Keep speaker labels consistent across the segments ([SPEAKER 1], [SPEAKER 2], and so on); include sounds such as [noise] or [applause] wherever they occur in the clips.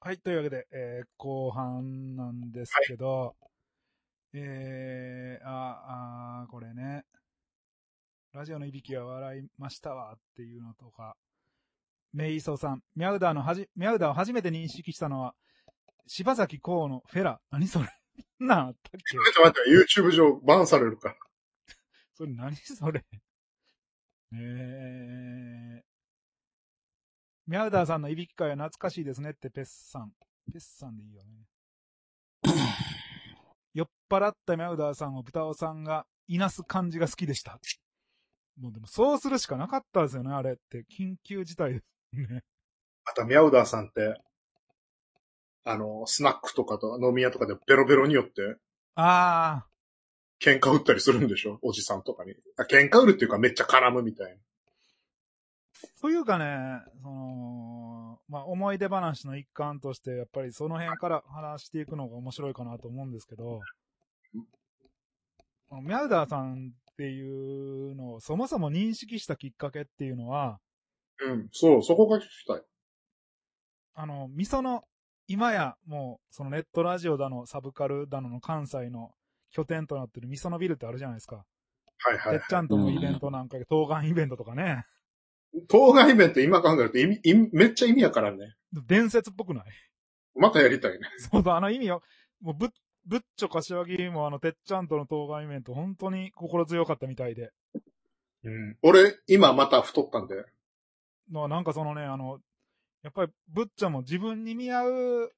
[SPEAKER 1] はい、というわけで、えー後半なんですけど、えー、あ、あーこれね、ラジオのいびきは笑いましたわっていうのとか、メイソさん、ミャウダーのはじ、ミャウダーを初めて認識したのは、柴崎ウのフェラ、何それ [laughs] なんあったっけ
[SPEAKER 2] ちょっと待って、YouTube 上バンされるか。
[SPEAKER 1] それ何それ [laughs] えー。ミャウダーさんのいびき会は懐かしいですねってペッさん。ペッさんでいいよね。酔っ払ったミャウダーさんを豚尾さんがいなす感じが好きでした。もうでもそうするしかなかったですよね、あれって。緊急事態ですね。
[SPEAKER 2] また、ミャウダーさんって、あの、スナックとかと飲み屋とかでベロベロによって
[SPEAKER 1] あー、
[SPEAKER 2] 喧嘩売ったりするんでしょおじさんとかに。あ喧嘩売るっていうかめっちゃ絡むみたいな。
[SPEAKER 1] というかね、その、まあ、思い出話の一環として、やっぱりその辺から話していくのが面白いかなと思うんですけど、まあミャウダーさんっていうのをそもそも認識したきっかけっていうのは、
[SPEAKER 2] うん、そう、そこが聞きたい。
[SPEAKER 1] あの、みその、今やもう、そのネットラジオだの、サブカルだのの関西の拠点となってるみそのビルってあるじゃないですか。
[SPEAKER 2] はいはい
[SPEAKER 1] てっ。ちゃんとのイベントなんか、当番イベントとかね、 [laughs]
[SPEAKER 2] 当該イベント今考えると意味、意味めっちゃ意味やからね。
[SPEAKER 1] 伝説っぽくない
[SPEAKER 2] またやりたいね。
[SPEAKER 1] そうだ、あの意味を、もうぶっ、ぶっちょ柏木もあの、てっちゃんとの当該イベント、本当に心強かったみたいで。
[SPEAKER 2] うん。俺、今また太ったんで。
[SPEAKER 1] まあなんかそのね、あの、やっぱりぶっちゃんも自分に見合う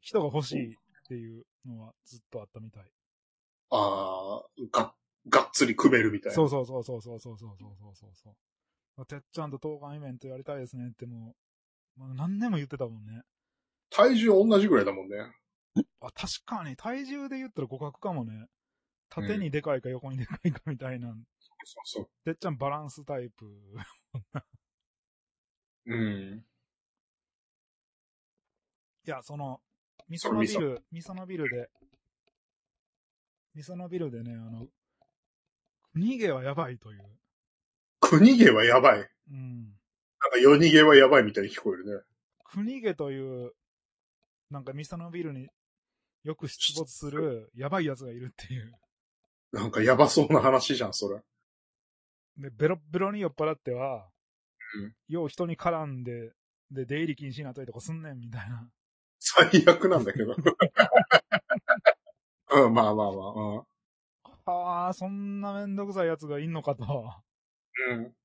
[SPEAKER 1] 人が欲しいっていうのはずっとあったみたい。
[SPEAKER 2] あー、が、がっつり組めるみたいな。
[SPEAKER 1] そうそうそうそうそうそうそうそうそうそうそう。てっちゃんと当番イベントやりたいですねってもう、まあ、何年も言ってたもんね。
[SPEAKER 2] 体重同じぐらいだもんね。
[SPEAKER 1] あ、確かに体重で言ったら互角かもね。縦にでかいか横にでかいかみたいな。
[SPEAKER 2] そうそ
[SPEAKER 1] てっちゃんバランスタイプ。
[SPEAKER 2] う。うん。
[SPEAKER 1] いや、その、みそ
[SPEAKER 2] そ
[SPEAKER 1] の
[SPEAKER 2] の
[SPEAKER 1] ビル、みそのビルで、みそのビルでね、あの、逃げはやばいという。
[SPEAKER 2] 国毛はやばい。なんか
[SPEAKER 1] うん。
[SPEAKER 2] 夜逃げはやばいみたいに聞こえるね。
[SPEAKER 1] 国毛という、なんかみそのビルによく出没する、やばい奴がいるっていう。
[SPEAKER 2] なんかやばそうな話じゃん、それ。
[SPEAKER 1] で、ベロッベロに酔っ払っては、
[SPEAKER 2] うん
[SPEAKER 1] よう人に絡んで、で、出入り禁止になったりとかすんねんみたいな。
[SPEAKER 2] 最悪なんだけど。 [laughs] うん、まあまあまあ、
[SPEAKER 1] はあ、そんなめんどくさい奴がいんのかと。
[SPEAKER 2] うん。うん。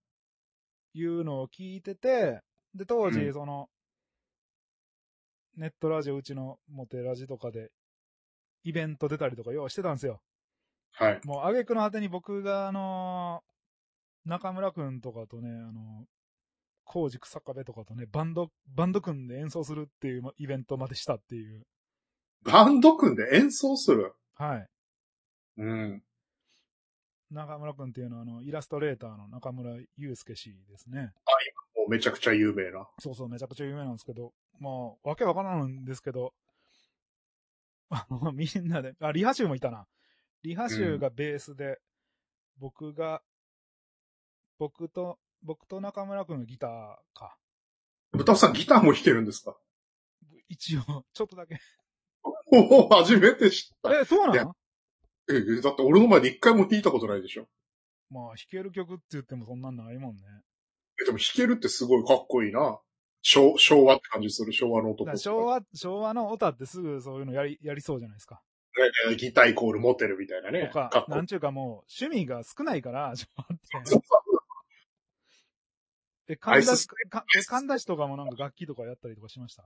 [SPEAKER 1] いうのを聞いてて、で、当
[SPEAKER 2] う
[SPEAKER 1] 時、
[SPEAKER 2] ん
[SPEAKER 1] その、ネットラジオ、うちのモテラジとかで、イベント出たりとか、ようしてたんですよ。
[SPEAKER 2] はい。
[SPEAKER 1] もう、挙句の果てに僕が、あのー中村くんとかとね、あのー、コージ草壁とかとね、バンド、バンド組んで演奏するっていうイベントまでしたっていう。
[SPEAKER 2] バンド組んで演奏する。
[SPEAKER 1] はい。
[SPEAKER 2] うん。
[SPEAKER 1] 中村くんっていうのは、あの、イラストレーターの中村祐介氏ですね。
[SPEAKER 2] もうめちゃくちゃ有名な。
[SPEAKER 1] そうそう、めちゃくちゃ有名なんですけど、まあ、わけわからないんですけど、あの、みんなで、あ、リハ州もいたな。リハ州がベースで、僕が、僕と、僕と中村くんがギターか。
[SPEAKER 2] 豚尾さんギターも弾けるんですか
[SPEAKER 1] 一応、ちょっとだけ。
[SPEAKER 2] おお、初めて知った。
[SPEAKER 1] え、そう
[SPEAKER 2] い
[SPEAKER 1] な
[SPEAKER 2] や
[SPEAKER 1] の
[SPEAKER 2] ええ、だって俺の前で一回も弾いたことないでしょ。
[SPEAKER 1] まあ、弾ける曲って言ってもそんなんないもんね。
[SPEAKER 2] え、でも弾けるってすごいかっこいいな。昭昭和って感じする、昭和の
[SPEAKER 1] だか
[SPEAKER 2] 男。
[SPEAKER 1] ら昭和、昭和の歌ってすぐそういうのやり、やりそうじゃないですか。
[SPEAKER 2] ね。ギターイコールモテるみたいな
[SPEAKER 1] と
[SPEAKER 2] ね。か
[SPEAKER 1] か
[SPEAKER 2] っ、こい
[SPEAKER 1] ないん。ちゅうかもう、趣味が少ないから、昭和って
[SPEAKER 2] そ。うそう
[SPEAKER 1] え、神
[SPEAKER 2] ア
[SPEAKER 1] 田
[SPEAKER 2] イ
[SPEAKER 1] し
[SPEAKER 2] ス、
[SPEAKER 1] かえ神田氏とかもなんか楽器とかやったりとかしました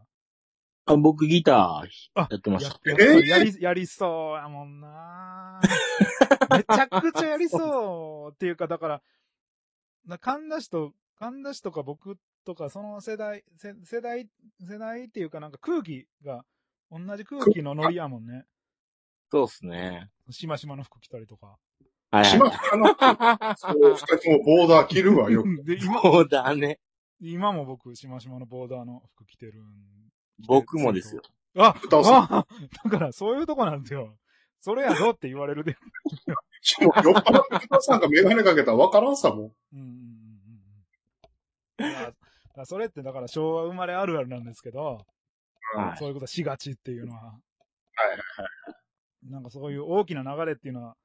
[SPEAKER 3] あ僕ギタ
[SPEAKER 1] あ
[SPEAKER 3] ーやってまし
[SPEAKER 1] や
[SPEAKER 3] た。
[SPEAKER 1] や
[SPEAKER 2] えー
[SPEAKER 1] やり、やりそうやもんなめちゃくちゃやりそうっていうか、だから、な神田氏と、神田氏とか僕とか、その世代、せ世代、世代っていうかなんか空気が、同じ空気のノリやもんね。
[SPEAKER 3] そうっすね。
[SPEAKER 1] しましまの服着たりとか。
[SPEAKER 3] はい、
[SPEAKER 2] 島田の、そう、二人ともボーダー切るわ、よく。
[SPEAKER 1] で、今、
[SPEAKER 3] そうだね。
[SPEAKER 1] 今も僕、しましまのボーダーの服着てるん
[SPEAKER 3] 僕もですよ。
[SPEAKER 1] あ
[SPEAKER 2] 豚尾さん
[SPEAKER 1] あだから、そういうとこなんですよ。それやぞって言われるで。 [laughs]
[SPEAKER 2] しかも酔っ払って豚尾さんがメガネかけたらわからんさもん。
[SPEAKER 1] うんうんうんうんうん。だからだからそれって、だから昭和生まれあるあるなんですけど、
[SPEAKER 3] はい
[SPEAKER 1] そういうことはしがちっていうのは。はい
[SPEAKER 2] はい
[SPEAKER 1] い。なんかそういう大きな流れっていうのは、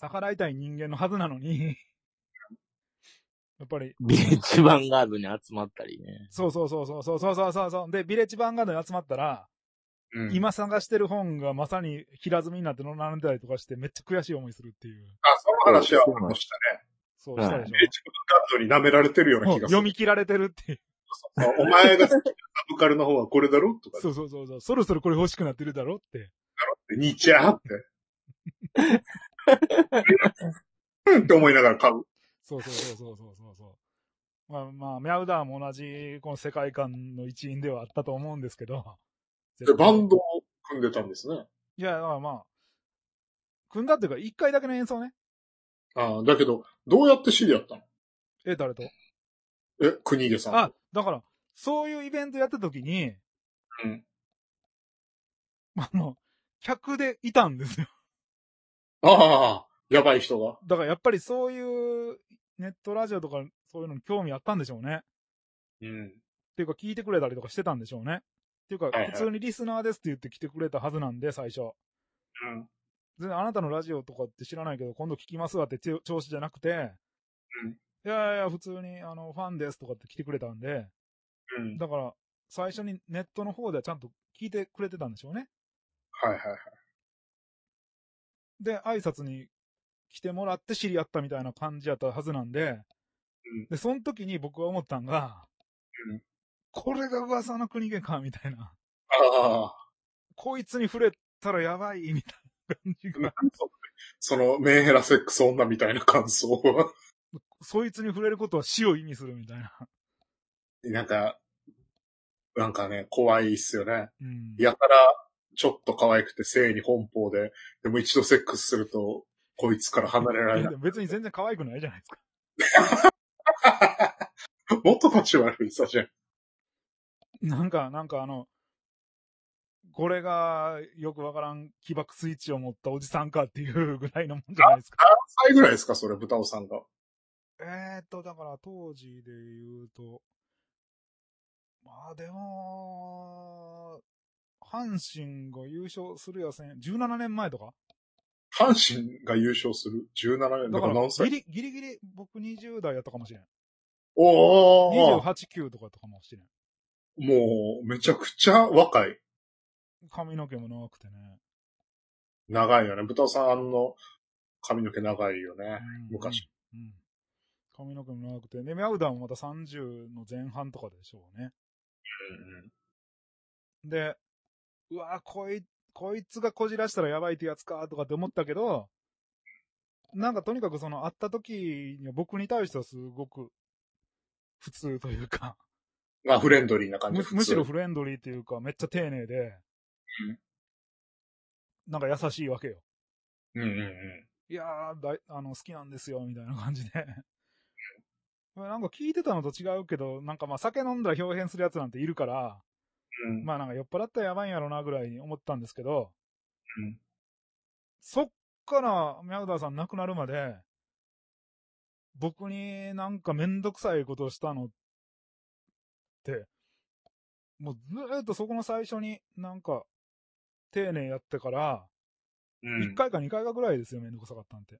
[SPEAKER 1] 逆らいたい人間のはずなのに、やっぱり、
[SPEAKER 3] ビレッジヴァンガードに集まったりね。
[SPEAKER 1] そうそうそうそうそうそうそうそうそう。で、ビレッジヴァンガードに集まったら、
[SPEAKER 2] うん。
[SPEAKER 1] 今探してる本がまさに平積みになって並んでたりとかして、めっちゃ悔しい思いするっていう。
[SPEAKER 2] あ、その話はあのしたね。
[SPEAKER 1] そうしたでし
[SPEAKER 2] エッジブカットに舐められてるよう
[SPEAKER 1] ょ。
[SPEAKER 2] な
[SPEAKER 1] もう
[SPEAKER 2] 気がす
[SPEAKER 1] 読
[SPEAKER 2] る。
[SPEAKER 1] み切られてるっていう。
[SPEAKER 2] お前が好きなサブカルの方はこれだろとか
[SPEAKER 1] そうそうそうそう。そろそろこれ欲しくなってるだろって。
[SPEAKER 2] って、ニチャーって。うんって思いながら買う。
[SPEAKER 1] そうそうそうそうそうそうそう。まあまあ、ミャウダーも同じ、この世界観の一員ではあったと思うんですけど。
[SPEAKER 2] で、バンドを組んでたんですね。
[SPEAKER 1] いや、だからまあ、組んだっていうか、一回だけの演奏ね。
[SPEAKER 2] ああ、だけど、どうやって知り合ったの
[SPEAKER 1] え、誰と
[SPEAKER 2] え、国毛さん。
[SPEAKER 1] あ、だから、そういうイベントやった時に、
[SPEAKER 2] うん。
[SPEAKER 1] あの、客でいたんですよ。
[SPEAKER 2] ああ、やばい人が。
[SPEAKER 1] だからやっぱりそういう、ネットラジオとか、そういうのに興味あったんでしょうね。っ
[SPEAKER 2] うん。
[SPEAKER 1] ていうか、聞いてくれたりとかしてたんでしょうね。っていうか、
[SPEAKER 2] いはい
[SPEAKER 1] 普通にリスナーですって言って来てくれたはずなんで、最初。
[SPEAKER 2] うん。
[SPEAKER 1] 全然あなたのラジオとかって知らないけど、今度聞きますわってちょ調子じゃなくて、
[SPEAKER 2] うん
[SPEAKER 1] いやいや、普通に、あの、ファンですとかって来てくれたんで、
[SPEAKER 2] うん。
[SPEAKER 1] だから、最初にネットの方ではちゃんと聞いてくれてたんでしょうね。
[SPEAKER 2] はいはいはい。
[SPEAKER 1] で、挨拶に来てもらって知り合ったみたいな感じやったはずなんで、
[SPEAKER 2] うん
[SPEAKER 1] で、その時に僕は思ったんが、
[SPEAKER 2] うん
[SPEAKER 1] これが噂の国毛か、みたいな。
[SPEAKER 2] ああ、
[SPEAKER 1] こいつに触れたらやばい、みたいな感じが。 [laughs]
[SPEAKER 2] その、メンヘラセックス女みたいな感想は。 [laughs]
[SPEAKER 1] そいつに触れることは死を意味するみたいな。
[SPEAKER 2] なんか、なんかね、怖いっすよね。
[SPEAKER 1] うん。
[SPEAKER 2] やたら、ちょっと可愛くて性に奔放で、でも一度セックスすると、こいつから離れら
[SPEAKER 1] い
[SPEAKER 2] れ
[SPEAKER 1] や
[SPEAKER 2] ない。
[SPEAKER 1] でも別に全然可愛くないじゃないですか。 [laughs]
[SPEAKER 2] もっと立ち悪いさじゃん。
[SPEAKER 1] なんか、なんかあの、これがよくわからん起爆スイッチを持ったおじさんかっていうぐらいのもんじゃない
[SPEAKER 2] [laughs]
[SPEAKER 1] ですか。
[SPEAKER 2] 何歳ぐらいですか、それ、豚尾さんが。
[SPEAKER 1] えーっと、だから当時で言うと、まあでも、阪神が優勝するやせん、17年前とか
[SPEAKER 2] 阪神が優勝する17年。
[SPEAKER 1] だ
[SPEAKER 2] だか
[SPEAKER 1] からら
[SPEAKER 2] 何
[SPEAKER 1] ギ
[SPEAKER 2] 歳
[SPEAKER 1] リ、ギリギリ僕20代やったかもしれん。
[SPEAKER 2] お
[SPEAKER 1] 28
[SPEAKER 2] ー、
[SPEAKER 1] 9とかとかもしれん。
[SPEAKER 2] もう、めちゃくちゃ若い。
[SPEAKER 1] 髪の毛も長くてね。
[SPEAKER 2] 長いよね。豚尾さん、あの、髪の毛長いよ
[SPEAKER 1] うん
[SPEAKER 2] ね。昔。
[SPEAKER 1] うん。うん髪の毛も長くて。で、ミャウダーもまた30の前半とかでしょうね。で、うわーこい、こいつがこじらしたらやばいってやつか、とかって思ったけど、なんかとにかくその、会った時には僕に対してはすごく、普通というか、
[SPEAKER 2] まあ、フレンドリーな感じ
[SPEAKER 1] む
[SPEAKER 2] 普通
[SPEAKER 1] むしろフレンドリーというか、めっちゃ丁寧で
[SPEAKER 2] うん、
[SPEAKER 1] なんか優しいわけよ。
[SPEAKER 2] うんうんうん。
[SPEAKER 1] いやーだい、あの、好きなんですよ、みたいな感じで。 [laughs] なんか聞いてたのと違うけど、なんかまあ酒飲んだら表現するやつなんているから、
[SPEAKER 2] うん
[SPEAKER 1] まあなんか酔っ払ったらやばいんやろなぐらいに思ったんですけど、
[SPEAKER 2] うん
[SPEAKER 1] そっから、ミャウダーさん亡くなるまで、僕になんかめんどくさいことをしたのって、もうずーっとそこの最初になんか、丁寧やってから、
[SPEAKER 2] うん
[SPEAKER 1] 1回か2回かぐらいですよ、めんどくさかったんて。っ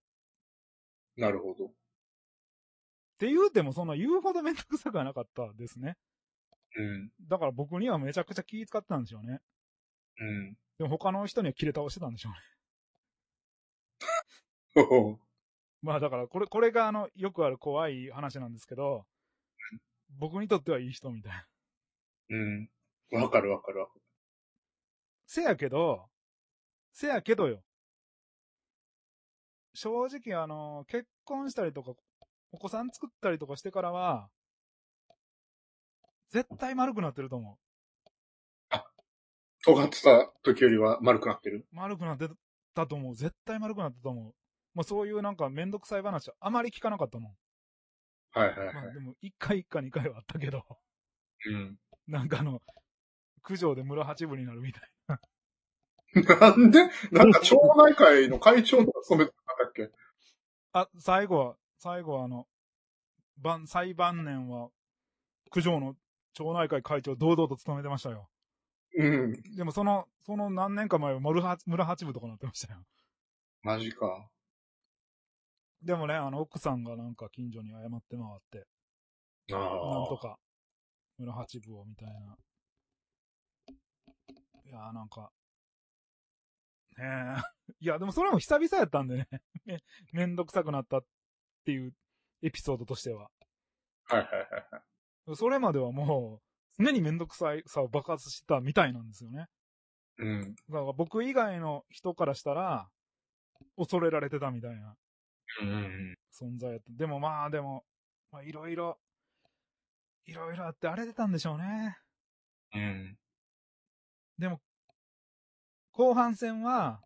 [SPEAKER 2] なるほど。
[SPEAKER 1] て言うても、そんな言うほどめんどくさくはなかったですね。
[SPEAKER 2] うん。
[SPEAKER 1] だから僕にはめちゃくちゃ気使ってたんでしょうね。
[SPEAKER 2] うん。
[SPEAKER 1] でも他の人には切れ倒してたんでしょうね。 [laughs]
[SPEAKER 2] ほほ
[SPEAKER 1] まあだから、これ、これがあの、よくある怖い話なんですけど、僕にとってはいい人みたいな。
[SPEAKER 2] うん。わかるわかるわかる。
[SPEAKER 1] せやけど、せやけどよ。正直あの、結婚したりとか、お子さん作ったりとかしてからは、絶対丸くなってると思
[SPEAKER 2] 尖ってた時よりは丸くなってる。
[SPEAKER 1] う。丸くなってたと思う。絶対丸くなってたと思う。まあそういうなんかめんどくさい話はあまり聞かなかったもん。
[SPEAKER 2] はいはいはい。
[SPEAKER 1] まあでも、一回一回二回はあったけど、 [laughs]
[SPEAKER 2] うん。
[SPEAKER 1] なんかあの、九条で村八分になるみたいな。
[SPEAKER 2] なんでなんか町内会の会長とか務めてたんだっけ
[SPEAKER 1] あ、最後は、最後はあの、晩、最晩年は、九条の町内会会長を堂々と務めてましたよ。
[SPEAKER 2] うん。
[SPEAKER 1] でもその、その何年か前は村八村八部とかなってましたよ。
[SPEAKER 2] マジか。
[SPEAKER 1] でもね、あの、奥さんがなんか近所に謝って回って、
[SPEAKER 2] あ
[SPEAKER 1] なんと
[SPEAKER 2] あ。
[SPEAKER 1] か、村八部をみたいな。いやーなんか、ねえ。 [laughs] いや、でもそれも久々やったんでね。 [laughs] めめんどくさくなったっていうエピソードとしては。
[SPEAKER 2] はいはいはい。
[SPEAKER 1] それまではもう、常にめんどくさいさを爆発してたみたいなんですよね。
[SPEAKER 2] う
[SPEAKER 1] だ
[SPEAKER 2] ん。
[SPEAKER 1] から僕以外の人からしたら、恐れられてたみたいな
[SPEAKER 2] うん。
[SPEAKER 1] 存在やった。でもまあでも、まあいろいろ、いろいろあって荒れてたんでしょうね。
[SPEAKER 2] うん。
[SPEAKER 1] でも、後半戦は、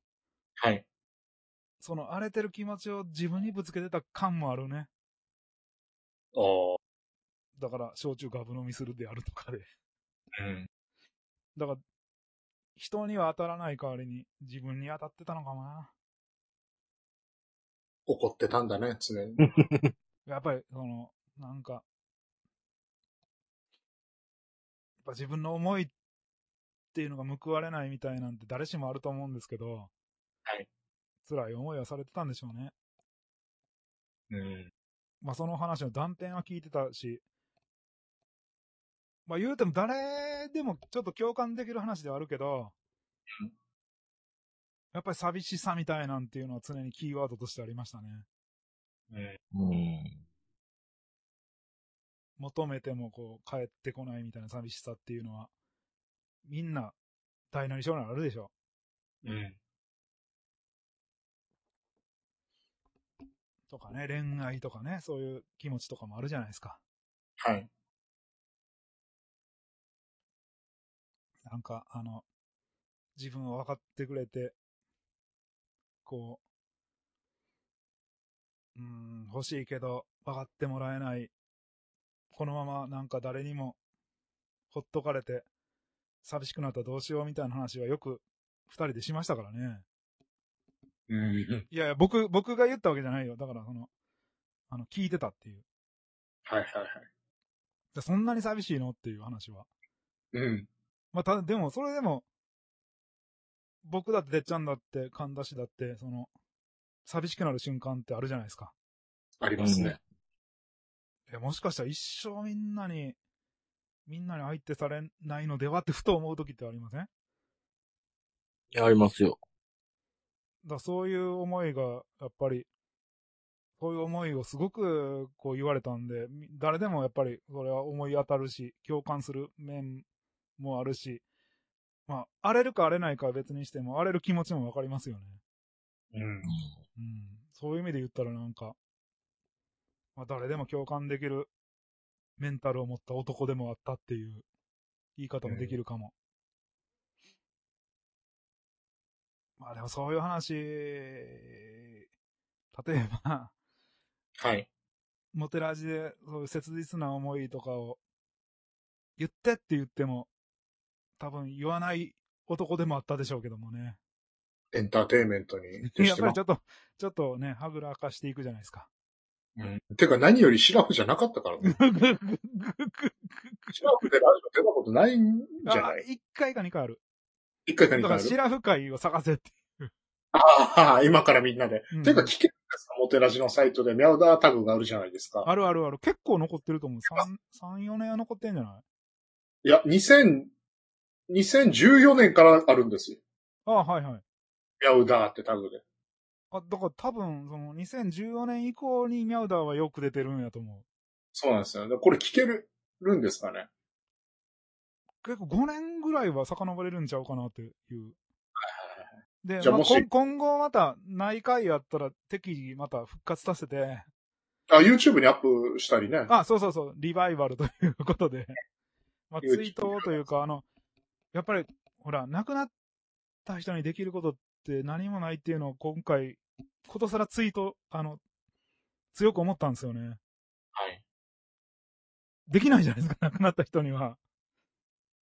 [SPEAKER 3] はい。
[SPEAKER 1] その荒れてる気持ちを自分にぶつけてた感もあるね。
[SPEAKER 2] おー。
[SPEAKER 1] だから、焼酎ガブ飲みするであるとかで。
[SPEAKER 2] うん。
[SPEAKER 1] だから、人には当たらない代わりに自分に当たってたのかもな。
[SPEAKER 2] 怒ってたんだね、常に。
[SPEAKER 1] やっぱり、その、なんか、やっぱ自分の思いっていうのが報われないみたいなんて誰しもあると思うんですけど、
[SPEAKER 3] はい。
[SPEAKER 1] 辛い思いはされてたんでしょうね。
[SPEAKER 2] うん。
[SPEAKER 1] まあその話の断片は聞いてたし、まあ言うても誰でもちょっと共感できる話ではあるけど
[SPEAKER 2] うん、
[SPEAKER 1] やっぱり寂しさみたいなんていうのは常にキーワードとしてありましたね。
[SPEAKER 2] うん。
[SPEAKER 3] うん。
[SPEAKER 1] 求めてもこう帰ってこないみたいな寂しさっていうのは、みんな大なり小なりあるでしょ。
[SPEAKER 2] うん。
[SPEAKER 1] とかね、恋愛とかね、そういう気持ちとかもあるじゃないですか。
[SPEAKER 2] はい。
[SPEAKER 1] なんか、あの、自分を分かってくれて、こう、うーん、欲しいけど分かってもらえない。このままなんか誰にもほっとかれて寂しくなったらどうしようみたいな話はよく二人でしましたからね。
[SPEAKER 2] うん。
[SPEAKER 1] いやいや、僕、僕が言ったわけじゃないよ。だから、その、あの、聞いてたっていう。
[SPEAKER 2] はいはいはい。
[SPEAKER 1] でそんなに寂しいのっていう話は。
[SPEAKER 2] うん。
[SPEAKER 1] まあ、ただ、でも、それでも、僕だって、てっちゃんだって、神田氏だって、その、寂しくなる瞬間ってあるじゃないですか。
[SPEAKER 2] ありますね。
[SPEAKER 1] え、もしかしたら一生みんなに、みんなに相手されないのではってふと思う時ってありませんだか
[SPEAKER 3] いや、ありますよ。
[SPEAKER 1] らそういう思いが、やっぱり、そういう思いをすごく、こう言われたんで、み誰でもやっぱり、それは思い当たるし、共感する面もあるし、まあ、荒れるか荒れないかは別にしても、荒れる気持ちもわかりますよね。
[SPEAKER 2] うん
[SPEAKER 3] う。ん
[SPEAKER 1] うん、そういう意味で言ったらなんか、まあ、誰でも共感できるメンタルを持った男でもあったっていう言い方もできるかも。まあでもそういう話、例えば、 [laughs]
[SPEAKER 2] はい。
[SPEAKER 1] モテラジでそういう切実な思いとかを言ってって言っても、多分言わない男でもあったでしょうけどもね。
[SPEAKER 2] エンターテインメントに徹
[SPEAKER 1] やっ
[SPEAKER 2] して
[SPEAKER 1] ぱり
[SPEAKER 2] ま
[SPEAKER 1] ちょっと、ちょっとね、はぐらかしていくじゃないですか。
[SPEAKER 2] うん。てか何よりシラフじゃなかったからね。
[SPEAKER 1] ぐぐぐぐ
[SPEAKER 2] シラフでラジオ出たことないんじゃ
[SPEAKER 1] あ
[SPEAKER 2] ない、
[SPEAKER 1] 一回か二回ある。
[SPEAKER 2] 一回
[SPEAKER 1] だ
[SPEAKER 2] 何
[SPEAKER 1] か、
[SPEAKER 2] からあ
[SPEAKER 1] シ
[SPEAKER 2] る
[SPEAKER 1] ラフ会を探せって。
[SPEAKER 2] ああ、今からみんなで。
[SPEAKER 1] うん
[SPEAKER 2] てか聞けるんですかモテラジのサイトでミャオダータグがあるじゃないですか。
[SPEAKER 1] あるあるある。結構残ってると思う。三、三、四年は残ってんじゃない
[SPEAKER 2] いや、2000、2014年からあるんですよ。
[SPEAKER 1] ああはいはい。
[SPEAKER 2] ミャウダーってタグで。
[SPEAKER 1] あ、だから多分、その、2014年以降にミャウダーはよく出てるんやと思う。
[SPEAKER 2] そうなんですよ。でこれ聞ける、るんですかね
[SPEAKER 1] 結構5年ぐらいは遡れるんちゃうかなっていう。で、
[SPEAKER 2] じゃあ
[SPEAKER 1] まあ
[SPEAKER 2] もし
[SPEAKER 1] こん今後また、ない回やったら適宜また復活させて、
[SPEAKER 2] あ、YouTube にアップしたりね。
[SPEAKER 1] あ、そうそうそう、リバイバル [laughs] ということで、まあ、
[SPEAKER 2] いう
[SPEAKER 1] 追悼というか、あの、やっぱり、ほら、亡くなった人にできることって何もないっていうのを今回、ことさら追悼、あの、強く思ったんですよね。
[SPEAKER 2] はい。
[SPEAKER 1] できないじゃないですか、 [laughs] 亡くなった人には。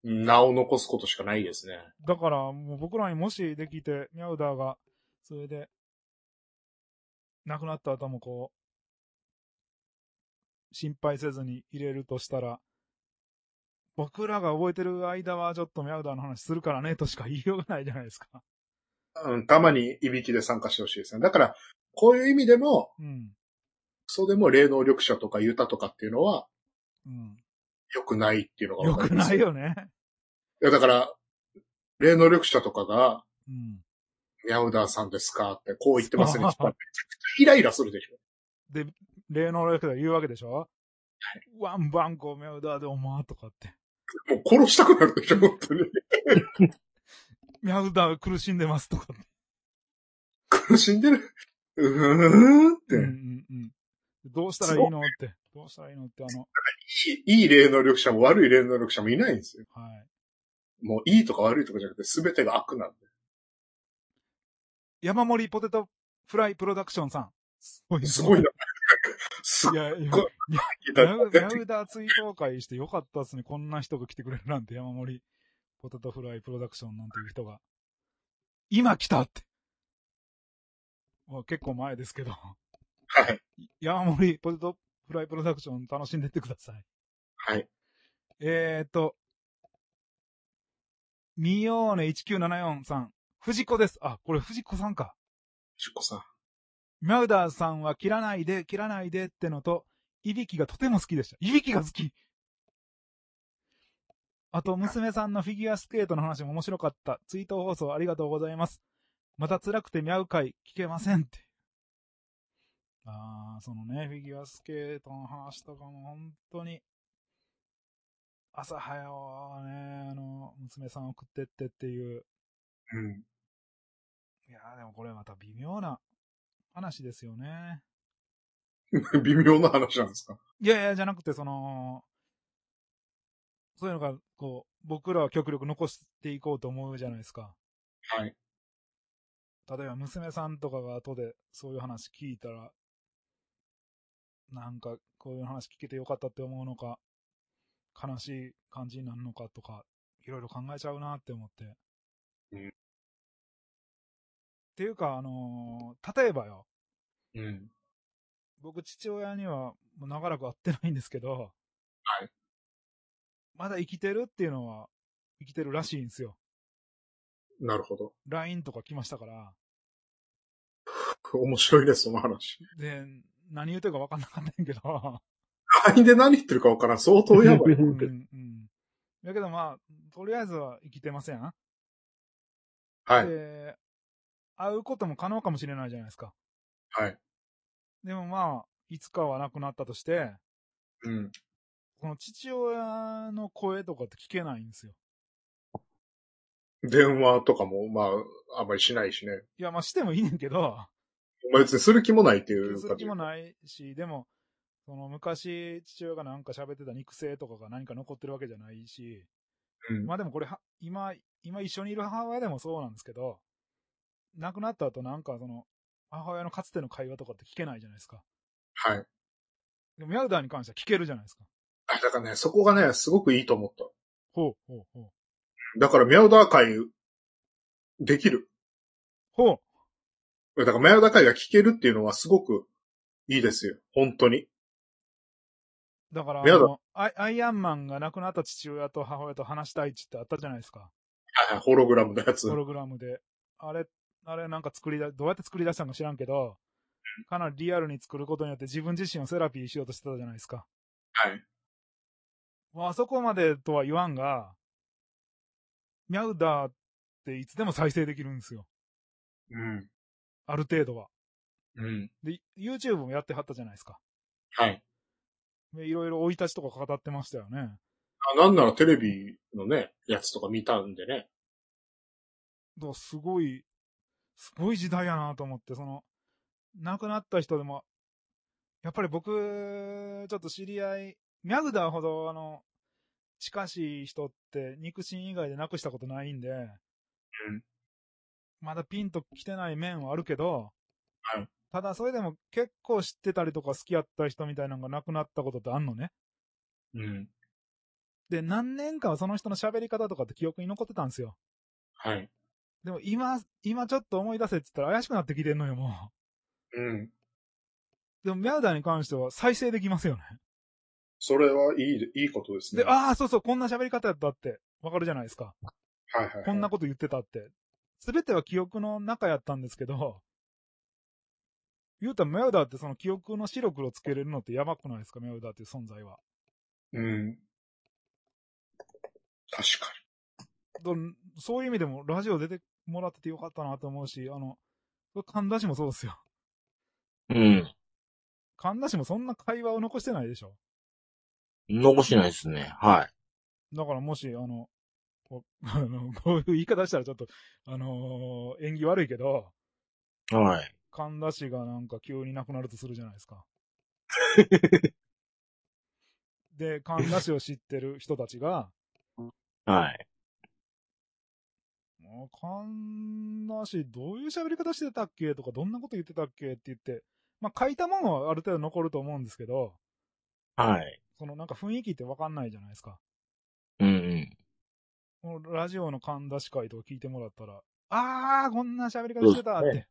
[SPEAKER 2] 名を残すことしかないですね。
[SPEAKER 1] だから、もう僕らにもしできて、ミャウダーが、それで、亡くなった後もこう、心配せずに入れるとしたら、僕らが覚えてる間はちょっとミャウダーの話するからねとしか言いようがないじゃないですか。
[SPEAKER 2] うん、たまにいびきで参加してほしいですね。だから、こういう意味でも、
[SPEAKER 1] うん。
[SPEAKER 2] そうでも霊能力者とかユタとかっていうのは
[SPEAKER 1] うん。
[SPEAKER 2] 良くないっていうのが
[SPEAKER 1] よ
[SPEAKER 2] わか
[SPEAKER 1] く
[SPEAKER 2] りま
[SPEAKER 1] な
[SPEAKER 2] す
[SPEAKER 1] いよね。
[SPEAKER 2] いや、だから、霊能力者とかが、
[SPEAKER 1] うん。
[SPEAKER 2] ミャウダーさんですかって、こう言ってます
[SPEAKER 1] [laughs]
[SPEAKER 2] ね。めちゃくちゃイライラするでしょ。
[SPEAKER 1] で、霊能力者が言うわけでしょワンバンコミャウダーでおまーとかって。
[SPEAKER 2] もう殺したくなるでしょ、本当に。
[SPEAKER 1] ミャウダー苦しんでますとかって。
[SPEAKER 2] 苦しんでる。うーんって、
[SPEAKER 1] うんうんうん。どうしたらいいのって。どうしたらいいのってあの、
[SPEAKER 2] いい。いい霊能力者も悪い霊能力者もいないんですよ。
[SPEAKER 1] はい。
[SPEAKER 2] もういいとか悪いとかじゃなくて、すべてが悪なんで。
[SPEAKER 1] 山盛りポテトフライプロダクションさん。すごい
[SPEAKER 2] すごいな。す
[SPEAKER 1] い
[SPEAKER 2] ごい。
[SPEAKER 1] や、いや、
[SPEAKER 2] ごい
[SPEAKER 1] ヤウヤウダー追悼会してよかったっすね。こんな人が来てくれるなんて、山盛り、ポテトフライプロダクションなんていう人が。今来たって。まあ結構前ですけど。
[SPEAKER 2] はい。
[SPEAKER 1] 山盛り、ポテトフライプロダクション楽しんでってください。
[SPEAKER 2] はい。
[SPEAKER 1] えーっと、ミヨーネ1974さん。藤子です。あ、これ藤子さんか。
[SPEAKER 2] しっこさん。
[SPEAKER 1] ミャウダーさんは切らないで、切らないでってのと、いびきがとても好きでした。いびきが好きあと、娘さんのフィギュアスケートの話も面白かった。追悼放送ありがとうございます。また辛くてミャウ会聞けませんって。あー、そのね、フィギュアスケートの話とかも本当に、朝早はね、あの、娘さん送ってってっていう、
[SPEAKER 2] うん。
[SPEAKER 1] いやーでもこれまた微妙な話ですよね。
[SPEAKER 2] 微妙な話なんですか
[SPEAKER 1] いやいや、じゃなくてその、そういうのが、こう、僕らは極力残していこうと思うじゃないですか。
[SPEAKER 2] はい。
[SPEAKER 1] 例えば娘さんとかが後でそういう話聞いたら、なんかこういう話聞けてよかったって思うのか、悲しい感じになるのかとか、いろいろ考えちゃうなって思って。
[SPEAKER 2] うん
[SPEAKER 1] っていうか、あのー例えばよ、
[SPEAKER 2] うん。
[SPEAKER 1] 僕、父親にはもう長らく会ってないんですけど、
[SPEAKER 2] はい。
[SPEAKER 1] まだ生きてるっていうのは、生きてるらしいんですよ。
[SPEAKER 2] なるほど。
[SPEAKER 1] LINE とか来ましたから。
[SPEAKER 2] 面白いね、その話。 [laughs]
[SPEAKER 1] で、何言うてるか分かんなかったんやけど。
[SPEAKER 2] LINE で何言ってるかわからん。相当
[SPEAKER 1] [laughs]
[SPEAKER 2] やばい。
[SPEAKER 1] うんうん。だけどまあ、とりあえずは生きてません。
[SPEAKER 2] はい。
[SPEAKER 1] で、会うことも可能かもしれないじゃないですか。
[SPEAKER 2] はい。
[SPEAKER 1] でもまあ、いつかは亡くなったとして、
[SPEAKER 2] うん。
[SPEAKER 1] この父親の声とかって聞けないんですよ。
[SPEAKER 2] 電話とかも、まあ、あんまりしないしね。
[SPEAKER 1] いや、まあしてもいいねんけど、
[SPEAKER 2] まあ別にする気もないっていう
[SPEAKER 1] する気も
[SPEAKER 2] い。
[SPEAKER 1] ないし、でも、その昔、父親がなんか喋ってた肉声とかが何か残ってるわけじゃないし、
[SPEAKER 2] うん
[SPEAKER 1] まあでもこれは、今、今一緒にいる母親でもそうなんですけど、亡くなった後なんかその、母親のかつての会話とかって聞けないじゃないですか。
[SPEAKER 2] はい。
[SPEAKER 1] でも、ヤウダーに関しては聞けるじゃないですか。
[SPEAKER 2] あだからね、そこがね、すごくいいと思った。
[SPEAKER 1] ほう、ほう、ほう。
[SPEAKER 2] だから、ミャウダー会、できる。
[SPEAKER 1] ほう、
[SPEAKER 2] だから、ミャウダー会が聞けるっていうのはすごくいいですよ。本当に。
[SPEAKER 1] だから、あ
[SPEAKER 2] ヤウダー
[SPEAKER 1] のアイアイアンマンが亡くなった父親と母親と話したいっちってあったじゃないですか。
[SPEAKER 2] はいはい、ホログラムのやつ。
[SPEAKER 1] ホログラムで。あれ、あれなんか作りだ、どうやって作り出したのか知らんけど、かなりリアルに作ることによって自分自身をセラピーしようとしてたじゃないですか。
[SPEAKER 2] はい。
[SPEAKER 1] まあ、あそこまでとは言わんが、ミャウダーっていつでも再生できるんですよ。
[SPEAKER 2] うん。
[SPEAKER 1] ある程度は。
[SPEAKER 2] うん。
[SPEAKER 1] で、YouTube もやってはったじゃないですか。
[SPEAKER 2] はい。
[SPEAKER 1] でいろいろ生い立ちとか語ってましたよね。
[SPEAKER 2] あなんならテレビのね、やつとか見たんでね。
[SPEAKER 1] だからすごい、すごい時代やなと思って、その、亡くなった人でも、やっぱり僕、ちょっと知り合い、ミャグダーほど、あの、近しい人って肉親以外で亡くしたことないんで、まだピンと来てない面はあるけど、
[SPEAKER 2] はい
[SPEAKER 1] ただそれでも結構知ってたりとか好きやった人みたいなのが亡くなったことってあんのね。
[SPEAKER 2] うん。
[SPEAKER 1] で、何年かはその人の喋り方とかって記憶に残ってたんですよ。
[SPEAKER 2] はい。
[SPEAKER 1] でも今、今ちょっと思い出せって言ったら怪しくなってきてんのよ、もう。
[SPEAKER 2] うん。
[SPEAKER 1] でも、ミャウダーに関しては再生できますよね。
[SPEAKER 2] それはいいで、いいことですね。
[SPEAKER 1] で、ああ、そうそう、こんな喋り方やったって、わかるじゃないですか。
[SPEAKER 2] はいはいはい。
[SPEAKER 1] こんなこと言ってたって。すべては記憶の中やったんですけど、言うたらメウダーってその記憶の白黒つけれるのってやばくないですか、メウダーっていう存在は。
[SPEAKER 2] うん。確か
[SPEAKER 1] どんそういう意味でもラジオ出てもらっててよかったなと思うし、あの、神田氏もそうですよ。
[SPEAKER 3] [laughs] うん。
[SPEAKER 1] 神田氏もそんな会話を残してないでしょ。
[SPEAKER 3] 残してないですね。は
[SPEAKER 1] だからもし、あの、こ [laughs] あのこういう言い方したらちょっと、あのー、演技悪いけど、
[SPEAKER 3] い。はい。
[SPEAKER 1] 神田氏がなんか急に亡くなるとするじゃないです
[SPEAKER 3] [laughs]
[SPEAKER 1] か。で、神田氏を知ってる人たちが、
[SPEAKER 3] はい。
[SPEAKER 1] もう神田氏どういう喋り方してたっけとか、どんなこと言ってたっけって言って、まあ書いたものはある程度残ると思うんですけど、
[SPEAKER 3] はい。
[SPEAKER 1] そのなんか雰囲気ってわかんないじゃないですか。
[SPEAKER 3] うんうん。
[SPEAKER 1] もうラジオの神田司会とか聞いてもらったら、あー、こんな喋り方してたっ
[SPEAKER 3] そうです
[SPEAKER 1] て。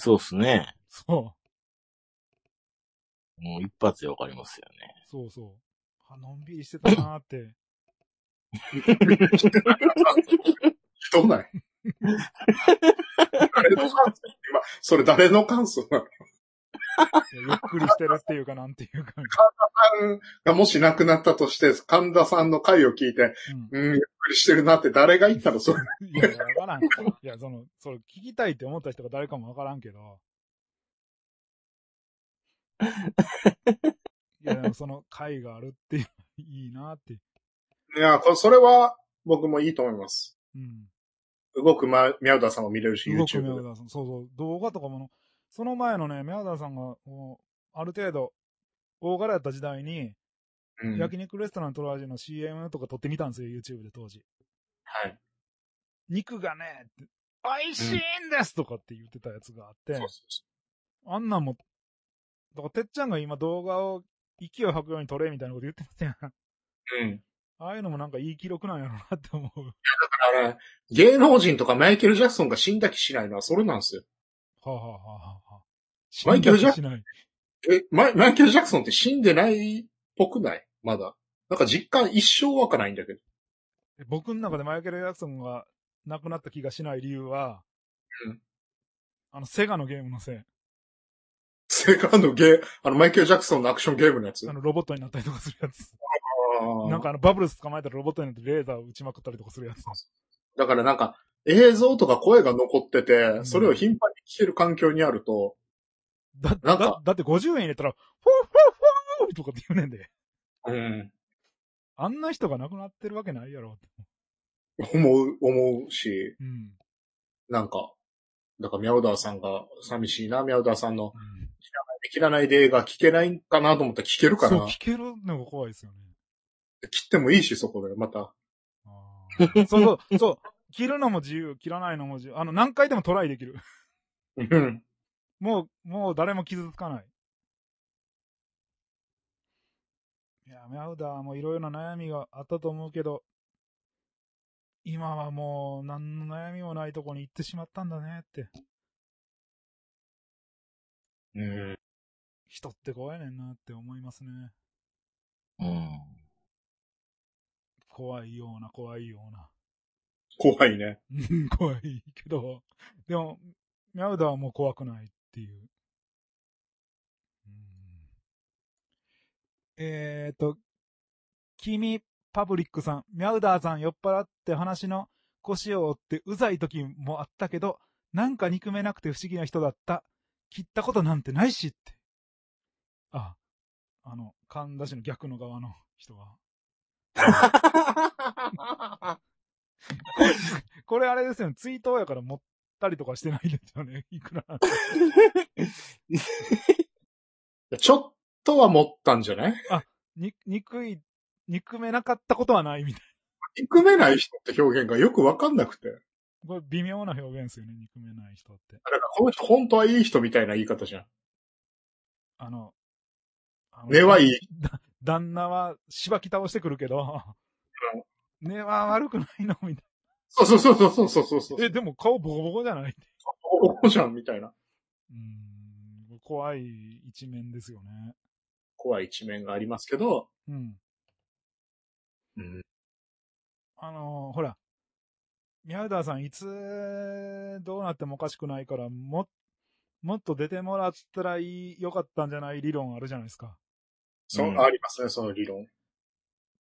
[SPEAKER 3] そうっすね。
[SPEAKER 1] そう。
[SPEAKER 3] もう一発でわかりますよね。
[SPEAKER 1] そうそう。あ、のんびりしてたなーって。
[SPEAKER 2] に。どうない誰の感想今、それ誰の感想なの
[SPEAKER 1] ゆっくりしてるっていうか、なんていうか。
[SPEAKER 2] 神田さんがもし亡くなったとして、神田さんの回を聞いて、
[SPEAKER 1] うん。
[SPEAKER 2] うん、ゆっくりしてるなって誰が言ったのそれ。
[SPEAKER 1] いや、わからん。いや、その、それ聞きたいって思った人が誰かもわからんけ
[SPEAKER 2] [laughs]
[SPEAKER 1] ど。いや、でもその回があるっていう、いいなって。
[SPEAKER 2] いや、こそれは僕もいいと思います。
[SPEAKER 1] うん。
[SPEAKER 2] 動くま、宮田さんも見れるし、
[SPEAKER 1] 動く
[SPEAKER 2] YouTube
[SPEAKER 1] 宮
[SPEAKER 2] で。
[SPEAKER 1] 田さん。そうそう。動画とかもの、その前のね、宮田さんが、もう、ある程度、大柄やった時代に、
[SPEAKER 2] うん、はい。
[SPEAKER 1] 焼肉レストラントラージュの CM とか撮ってみたんですよ、YouTube で当時。肉がね、って美味しいんですとかって言ってたやつがあって、
[SPEAKER 2] そうそうそ
[SPEAKER 1] あんなんも、だからてっちゃんが今動画を息を吐くように撮れみたいなこと言ってましたやん。 [laughs]
[SPEAKER 2] ううん。
[SPEAKER 1] ああいうのもなんかいい記録なんやろなって思う。
[SPEAKER 2] あれ、芸能人とかマイケル・ジャクソンが死んだ気しないのはそれなんですよ。
[SPEAKER 1] はあ、はあはあはあ、
[SPEAKER 2] マイケルジャ
[SPEAKER 1] 死んだ気しない。
[SPEAKER 2] え、マイマイケル・ジャクソンって死んでないっぽくないまだ。なんか実感一生湧かないんだけど。
[SPEAKER 1] 僕の中でマイケル・ジャクソンが亡くなった気がしない理由は、
[SPEAKER 2] うん
[SPEAKER 1] あの、セガのゲームのせい。
[SPEAKER 2] セカンドゲー、あの、マイケル・ジャクソンのアクションゲームのやつ。
[SPEAKER 1] あ
[SPEAKER 2] あ
[SPEAKER 1] の、ロボットになったりとかするやつ。
[SPEAKER 2] ー
[SPEAKER 1] なんかあの、バブルス捕まえたらロボットになってレーザーを撃ちまくったりとかするやつ。
[SPEAKER 2] だからなんか、映像とか声が残ってて
[SPEAKER 1] う、ん
[SPEAKER 2] それを頻繁に聞ける環境にあると、
[SPEAKER 1] だ、
[SPEAKER 2] なんか
[SPEAKER 1] だだって50円入れたら、フォーフォーフォーとかって言うねんで。
[SPEAKER 2] うん、
[SPEAKER 1] あんな人が亡くなってるわけないやろって。
[SPEAKER 2] 思う、思うし、
[SPEAKER 1] うん。
[SPEAKER 2] なんか、だからミャオダーさんが寂しいな、ミャオダーさん
[SPEAKER 1] う
[SPEAKER 2] の
[SPEAKER 1] ん
[SPEAKER 2] 切らないで映画聞けないんかなと思ったら聞けるか
[SPEAKER 1] そう、
[SPEAKER 2] な
[SPEAKER 1] 聞けるのが怖いですよね。
[SPEAKER 2] 切ってもいいし、そこで、また。
[SPEAKER 1] あーそうそう、そう。切るのも自由、切らないのも自由。あの、何回でもトライできる。
[SPEAKER 2] うん。
[SPEAKER 1] もう、もう誰も傷つかない。いや、メアウダーもいろいろな悩みがあったと思うけど、今はもう何の悩みもないとこに行ってしまったんだねって。
[SPEAKER 2] うん。
[SPEAKER 1] 人って怖いねんなって思いますね。
[SPEAKER 3] うん。
[SPEAKER 1] 怖いような、怖いような。
[SPEAKER 2] 怖いね。
[SPEAKER 1] うん [laughs] 怖いけど、でも、ミャウダーはもう怖くないっていう。うんえっ、ー、と、君、パブリックさん、ミャウダーさん酔っ払って話の腰を折ってうざい時もあったけど、なんか憎めなくて不思議な人だった。切ったことなんてないしって。あ、あの、神田氏の逆の側の人が。これあれですよね、追悼やから持ったりとかしてないですよね、 [laughs] いくら。
[SPEAKER 2] ちょっとは持ったんじゃない
[SPEAKER 1] に、憎い、憎めなかったことはないみたい
[SPEAKER 2] 憎めない人って表現がよくわかんなくて。
[SPEAKER 1] な。これ微妙な表現ですよね、憎めない人って。
[SPEAKER 2] だからこの人本当はいい人みたいな言い方じゃん。
[SPEAKER 1] あの、あの
[SPEAKER 2] 根はいい。
[SPEAKER 1] だ旦那はしばき倒してくるけ
[SPEAKER 2] [laughs]
[SPEAKER 1] ど、根は悪くないのみたい
[SPEAKER 2] そうそうそうそうそうそうそう
[SPEAKER 1] な。。え、でも顔ボコボコじゃない
[SPEAKER 2] おおじゃんみたいな。
[SPEAKER 1] うーん、怖い一面ですよね。
[SPEAKER 2] 怖い一面がありますけど、
[SPEAKER 1] うん。
[SPEAKER 2] うん、
[SPEAKER 1] あのーほら、宮田さんいつどうなってもおかしくないから、も、もっと出てもらったらいい、よかったんじゃない理論あるじゃないですか。
[SPEAKER 2] そう、
[SPEAKER 3] うん
[SPEAKER 2] ありますね、その理論。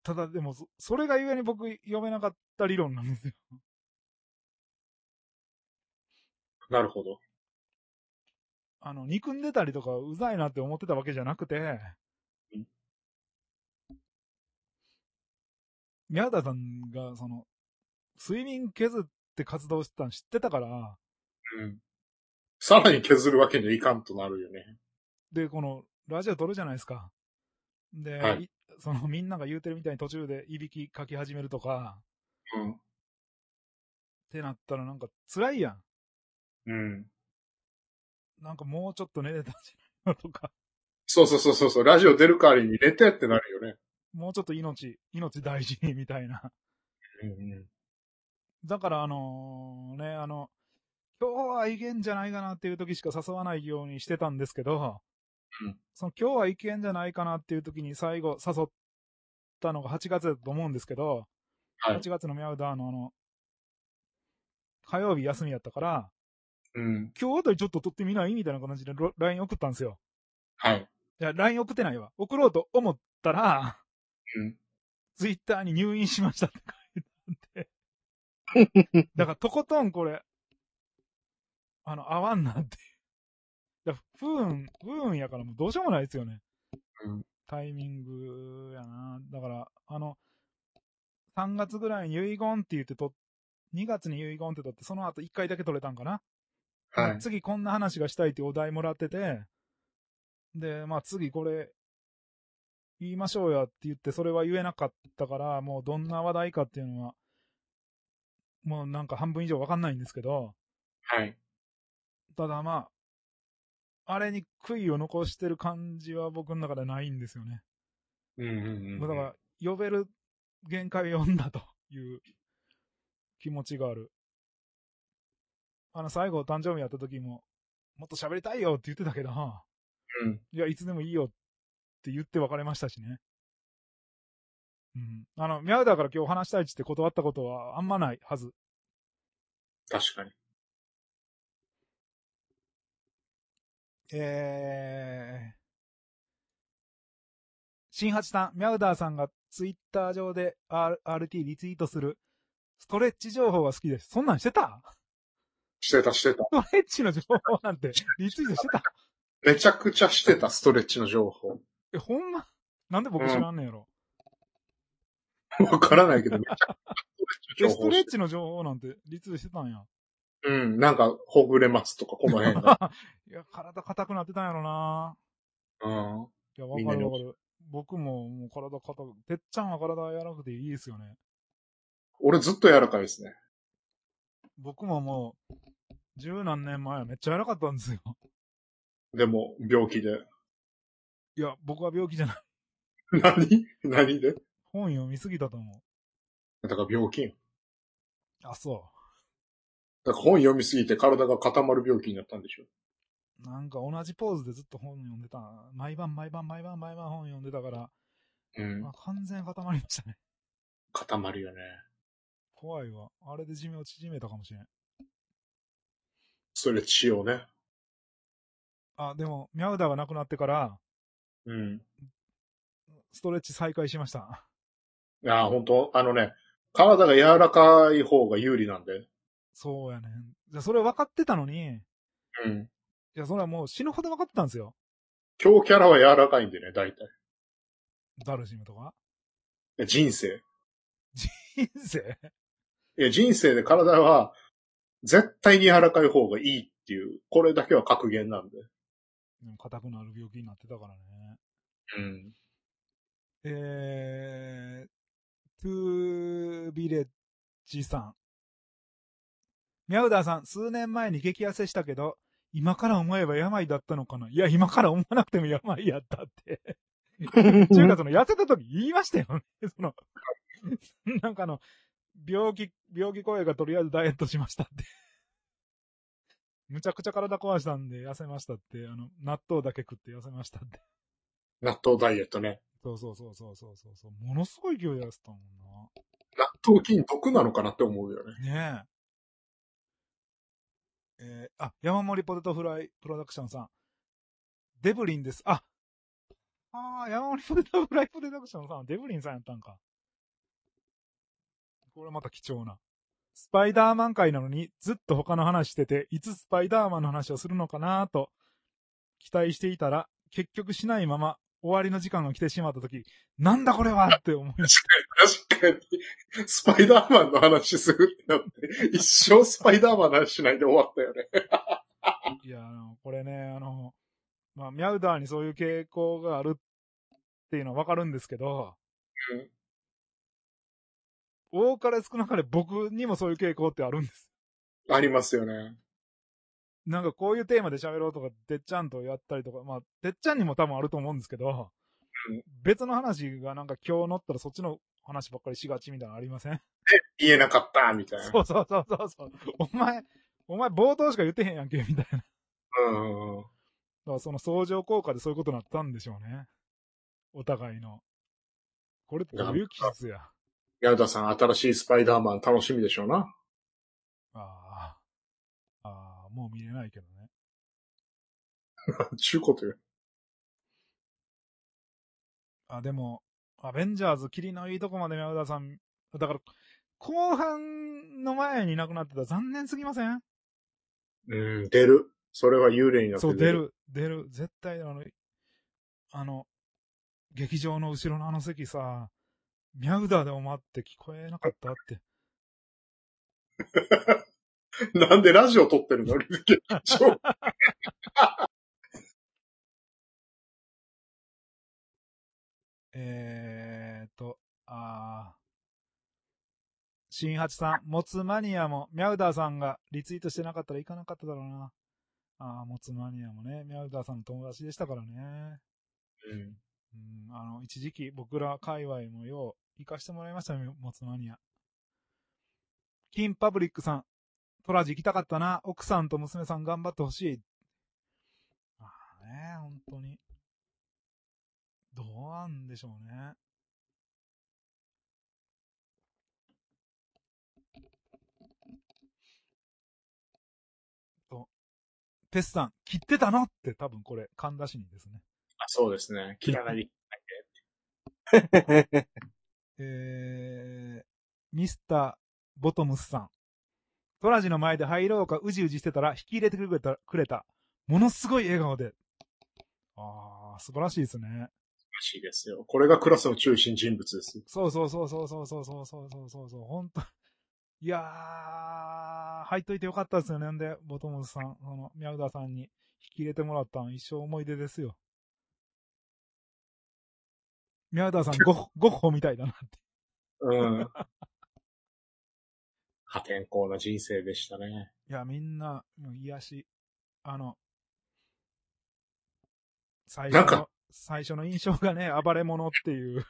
[SPEAKER 1] ただでもそ、それがゆえに僕読めなかった理論なんですよ。 [laughs]
[SPEAKER 2] なるほど。
[SPEAKER 1] あの、憎んでたりとかうざいなって思ってたわけじゃなくて
[SPEAKER 2] うん、
[SPEAKER 1] 宮田さんが、その、睡眠削って活動してたの知ってたから、
[SPEAKER 2] うん。さらに削るわけにはいかんとなるよね。
[SPEAKER 1] で、この、ラジオ撮るじゃないですか。で、
[SPEAKER 2] はい
[SPEAKER 1] いその、みんなが言うてるみたいに途中でいびきかき始めるとか、
[SPEAKER 2] うん。
[SPEAKER 1] ってなったらなんか辛いやん。
[SPEAKER 2] うん。
[SPEAKER 1] なんかもうちょっと寝てたんじゃないのとか、
[SPEAKER 2] そうそうそうそうそう、ラジオ出る代わりに寝てってなるよね。
[SPEAKER 1] もうちょっと命、命大事にみたいな。
[SPEAKER 2] うんうん。
[SPEAKER 1] だからあのね、あの、今日はいけんじゃないかなっていう時しか誘わないようにしてたんですけど、
[SPEAKER 2] うん
[SPEAKER 1] その今日はいけんじゃないかなっていう時に最後誘ったのが8月だと思うんですけど、
[SPEAKER 2] はい
[SPEAKER 1] 8月のミャウダーのあの、火曜日休みやったから、
[SPEAKER 2] うん。
[SPEAKER 1] 今日あたりちょっと撮ってみないみたいな感じでロ LINE 送ったんですよ。
[SPEAKER 2] はい。
[SPEAKER 1] いや、LINE 送ってないわ。送ろうと思ったら、
[SPEAKER 2] うん。
[SPEAKER 1] ツイッターに入院しましたって書いてあっ
[SPEAKER 2] [laughs]
[SPEAKER 1] て。だから、とことんこれ、あの、合わんなっていう。だから不運、不運やからもうどうしようもないですよね。
[SPEAKER 2] うん
[SPEAKER 1] タイミングやな。だから、あの、3月ぐらいに遺言って言ってと、2月に遺言って取って、その後1回だけ取れたんかな。
[SPEAKER 2] はい。
[SPEAKER 1] 次こんな話がしたいっていうお題もらってて、で、まあ次これ、言いましょうやって言って、それは言えなかったから、もうどんな話題かっていうのは、もうなんか半分以上わかんないんですけど、
[SPEAKER 2] はい。
[SPEAKER 1] ただまあ、あれに悔いを残してる感じは僕の中ではないんですよね。
[SPEAKER 2] うんうん
[SPEAKER 1] だか
[SPEAKER 2] うん。
[SPEAKER 1] ら、呼べる限界を読んだという気持ちがある。あの、最後、誕生日やった時も、もっと喋りたいよって言ってたけど、 [laughs]
[SPEAKER 2] うん。
[SPEAKER 1] いや、いつでもいいよって言って別れましたしね。うん。あの、ミャウダーから今日話したいっつって断ったことはあんまないはず。
[SPEAKER 2] 確かに。
[SPEAKER 1] えー、新八さん、ミャウダーさんがツイッター上で R- RT リツイートするストレッチ情報が好きです。そんなんしてた
[SPEAKER 2] してたしてた。
[SPEAKER 1] ストレッチの情報なんてリツイートしてた
[SPEAKER 2] めちゃくちゃしてた、ストレッチの情報。
[SPEAKER 1] え、ほんまなんで僕知らんねんやろ。
[SPEAKER 2] わからないけど、めちゃくちゃストレッ
[SPEAKER 1] え、ストレッ
[SPEAKER 2] チの情報して
[SPEAKER 1] チの情報なんてリツイートしてたんや。
[SPEAKER 2] た。うん、なんか、ほぐれますとか、この辺が。
[SPEAKER 1] いや、体硬くなってたんやろな
[SPEAKER 2] うん。
[SPEAKER 1] いや、わ
[SPEAKER 2] みん
[SPEAKER 1] か
[SPEAKER 2] なに
[SPEAKER 1] るわかる。僕ももう体硬く、てっちゃんは体柔らかくていいですよね。
[SPEAKER 2] 俺ずっと柔らかいですね。
[SPEAKER 1] 僕ももう、十何年前はめっちゃ柔らかかったんですよ。
[SPEAKER 2] でも、病気で。 [laughs]
[SPEAKER 1] いや、僕は病気じゃない。
[SPEAKER 2] 何何で
[SPEAKER 1] 本読みすぎたと思
[SPEAKER 2] だから病気よ
[SPEAKER 1] う。あ、そ
[SPEAKER 2] だから本読みすぎて体が固まる病気になったんでしょ。
[SPEAKER 1] う。なんか同じポーズでずっと本読んでた。毎晩毎晩毎晩毎晩本読んでたから、
[SPEAKER 2] うん
[SPEAKER 1] あ。完全に固まりましたね。
[SPEAKER 2] 固まるよね。
[SPEAKER 1] 怖いわ。あれで寿命縮めたかもしれん。
[SPEAKER 2] ストレッチしようね。
[SPEAKER 1] あ、でも、ミャウダーが亡くなってから、
[SPEAKER 2] うん。
[SPEAKER 1] ストレッチ再開しました。 [laughs]
[SPEAKER 2] いやー、本当あのね、体が柔らかい方が有利なんで。
[SPEAKER 1] そうやねん。じゃあそれ分かってたのに、
[SPEAKER 2] うん。
[SPEAKER 1] いや、それはもう死ぬほど分かってたんですよ。
[SPEAKER 2] 強キャラは柔らかいんでね、大体。
[SPEAKER 1] ダルシムとか [laughs]
[SPEAKER 2] いや人生。
[SPEAKER 1] 人生
[SPEAKER 2] いや、人生で体は、絶対に柔らかい方がいいっていう、これだけは格言なんで。
[SPEAKER 1] でも硬くなる病気になってたからね。
[SPEAKER 2] うん。
[SPEAKER 1] えー、トゥービレッジさん。ミャウダーさん、数年前に激痩せしたけど、今から思えば病だったのかないや、今から思わなくても病やったって。 [laughs]
[SPEAKER 3] [laughs]
[SPEAKER 1] 中華その痩せた時言いましたよね。 [laughs] その、なんかあの、病気、病気声がとりあえずダイエットしましたって。 [laughs] むちゃくちゃ体壊したんで痩せましたって、あの、納豆だけ食って痩せましたって。
[SPEAKER 2] 納豆ダイエットね。
[SPEAKER 1] そうそうそうそうそうそうそう。ものすごい勢いでやってたもん
[SPEAKER 2] 納豆菌毒なのかなって思うよね。
[SPEAKER 1] な。ねえ。えーあ、山盛りポテトフライプロダクションさん。デブリンです。ああー山盛りポテトフライプロダクションさん、デブリンさんやったんか。これまた貴重な。スパイダーマン界なのに、ずっと他の話してて、いつスパイダーマンの話をするのかなと、期待していたら、結局しないまま、終わりの時間が来てしまった時なんだこれはって思い
[SPEAKER 2] 確かに、スパイダーマンの話するってなって、一生スパイダーマンの話しないで終わったよね。
[SPEAKER 1] いや、あの、これね、あの、まあ、ミャウダーにそういう傾向があるっていうのはわかるんですけど、
[SPEAKER 2] うん
[SPEAKER 1] 多かれ少なかれ僕にもそういう傾向ってあるんです。
[SPEAKER 2] ありますよね。
[SPEAKER 1] なんかこういうテーマで喋ろうとか、てっちゃんとやったりとか、まあ、てっちゃんにも多分あると思うんですけど
[SPEAKER 2] うん、
[SPEAKER 1] 別の話がなんか今日乗ったらそっちの話ばっかりしがちみたいなのありません
[SPEAKER 2] 言えなかった、みたいな。
[SPEAKER 1] そうそうそうそうそう。お前、お前冒頭しか言ってへんやんけ、みたいな。だか
[SPEAKER 2] うんうんうん。
[SPEAKER 1] らその相乗効果でそういうことになったんでしょうね。お互いの。これってどういう技術や。
[SPEAKER 2] ヤウダさん、新しいスパイダーマン楽しみでしょうな。
[SPEAKER 1] ああ。ああ、もう見れないけどね。
[SPEAKER 2] 中古という。
[SPEAKER 1] あ、でも、アベンジャーズ、霧のいいとこまで宮田さん、だから、後半の前に亡くなってたら残念すぎません
[SPEAKER 2] うん、出る。それは幽霊になって
[SPEAKER 1] そう、出。る、出る。絶対、あの、あの、劇場の後ろのあの席さ、ミャウダーでも待って聞こえなかったって。
[SPEAKER 2] なんでラジオ撮ってる [laughs] の結局
[SPEAKER 1] えーっと、あー。新八さん、モツマニアも、ミャウダーさんがリツイートしてなかったら行かなかっただろうな。あー、モツマニアもね、ミャウダーさんの友達でしたからね。
[SPEAKER 2] うん
[SPEAKER 1] うん、あの、一時期僕ら界隈もよう行かしてもらいましたね、モツマニア。金パブリックさん、トラジ行きたかったな、奥さんと娘さん頑張ってほしい。まあね、本当に。どうなんでしょうね。と、テスさん、切ってたのって多分これ、神田氏にですね。
[SPEAKER 2] あそうですね。切らない。
[SPEAKER 1] えー、ミスター・ボトムスさん。トラジの前で入ろうかうじうじしてたら引き入れてくれた、くれた。ものすごい笑顔で。あー、素晴らしいですね。
[SPEAKER 2] らしいですよ。これがクラスの中心人物です。
[SPEAKER 1] そうそうそうそうそうそうそうそうそうそうそう、ほんと。いやー、入っといてよかったですよね。んで、ボトムズさん、その、ミャウダーさんに引き入れてもらったん、一生思い出ですよ。ミャウダーさん、ゴッホ、ゴッホみたいだなって。
[SPEAKER 2] うん。破天荒な人生でしたね。
[SPEAKER 1] いや、みんな、もう癒し、あの、最
[SPEAKER 2] なん
[SPEAKER 1] 初の
[SPEAKER 2] か、
[SPEAKER 1] 最初の印象がね、暴れ者っていう。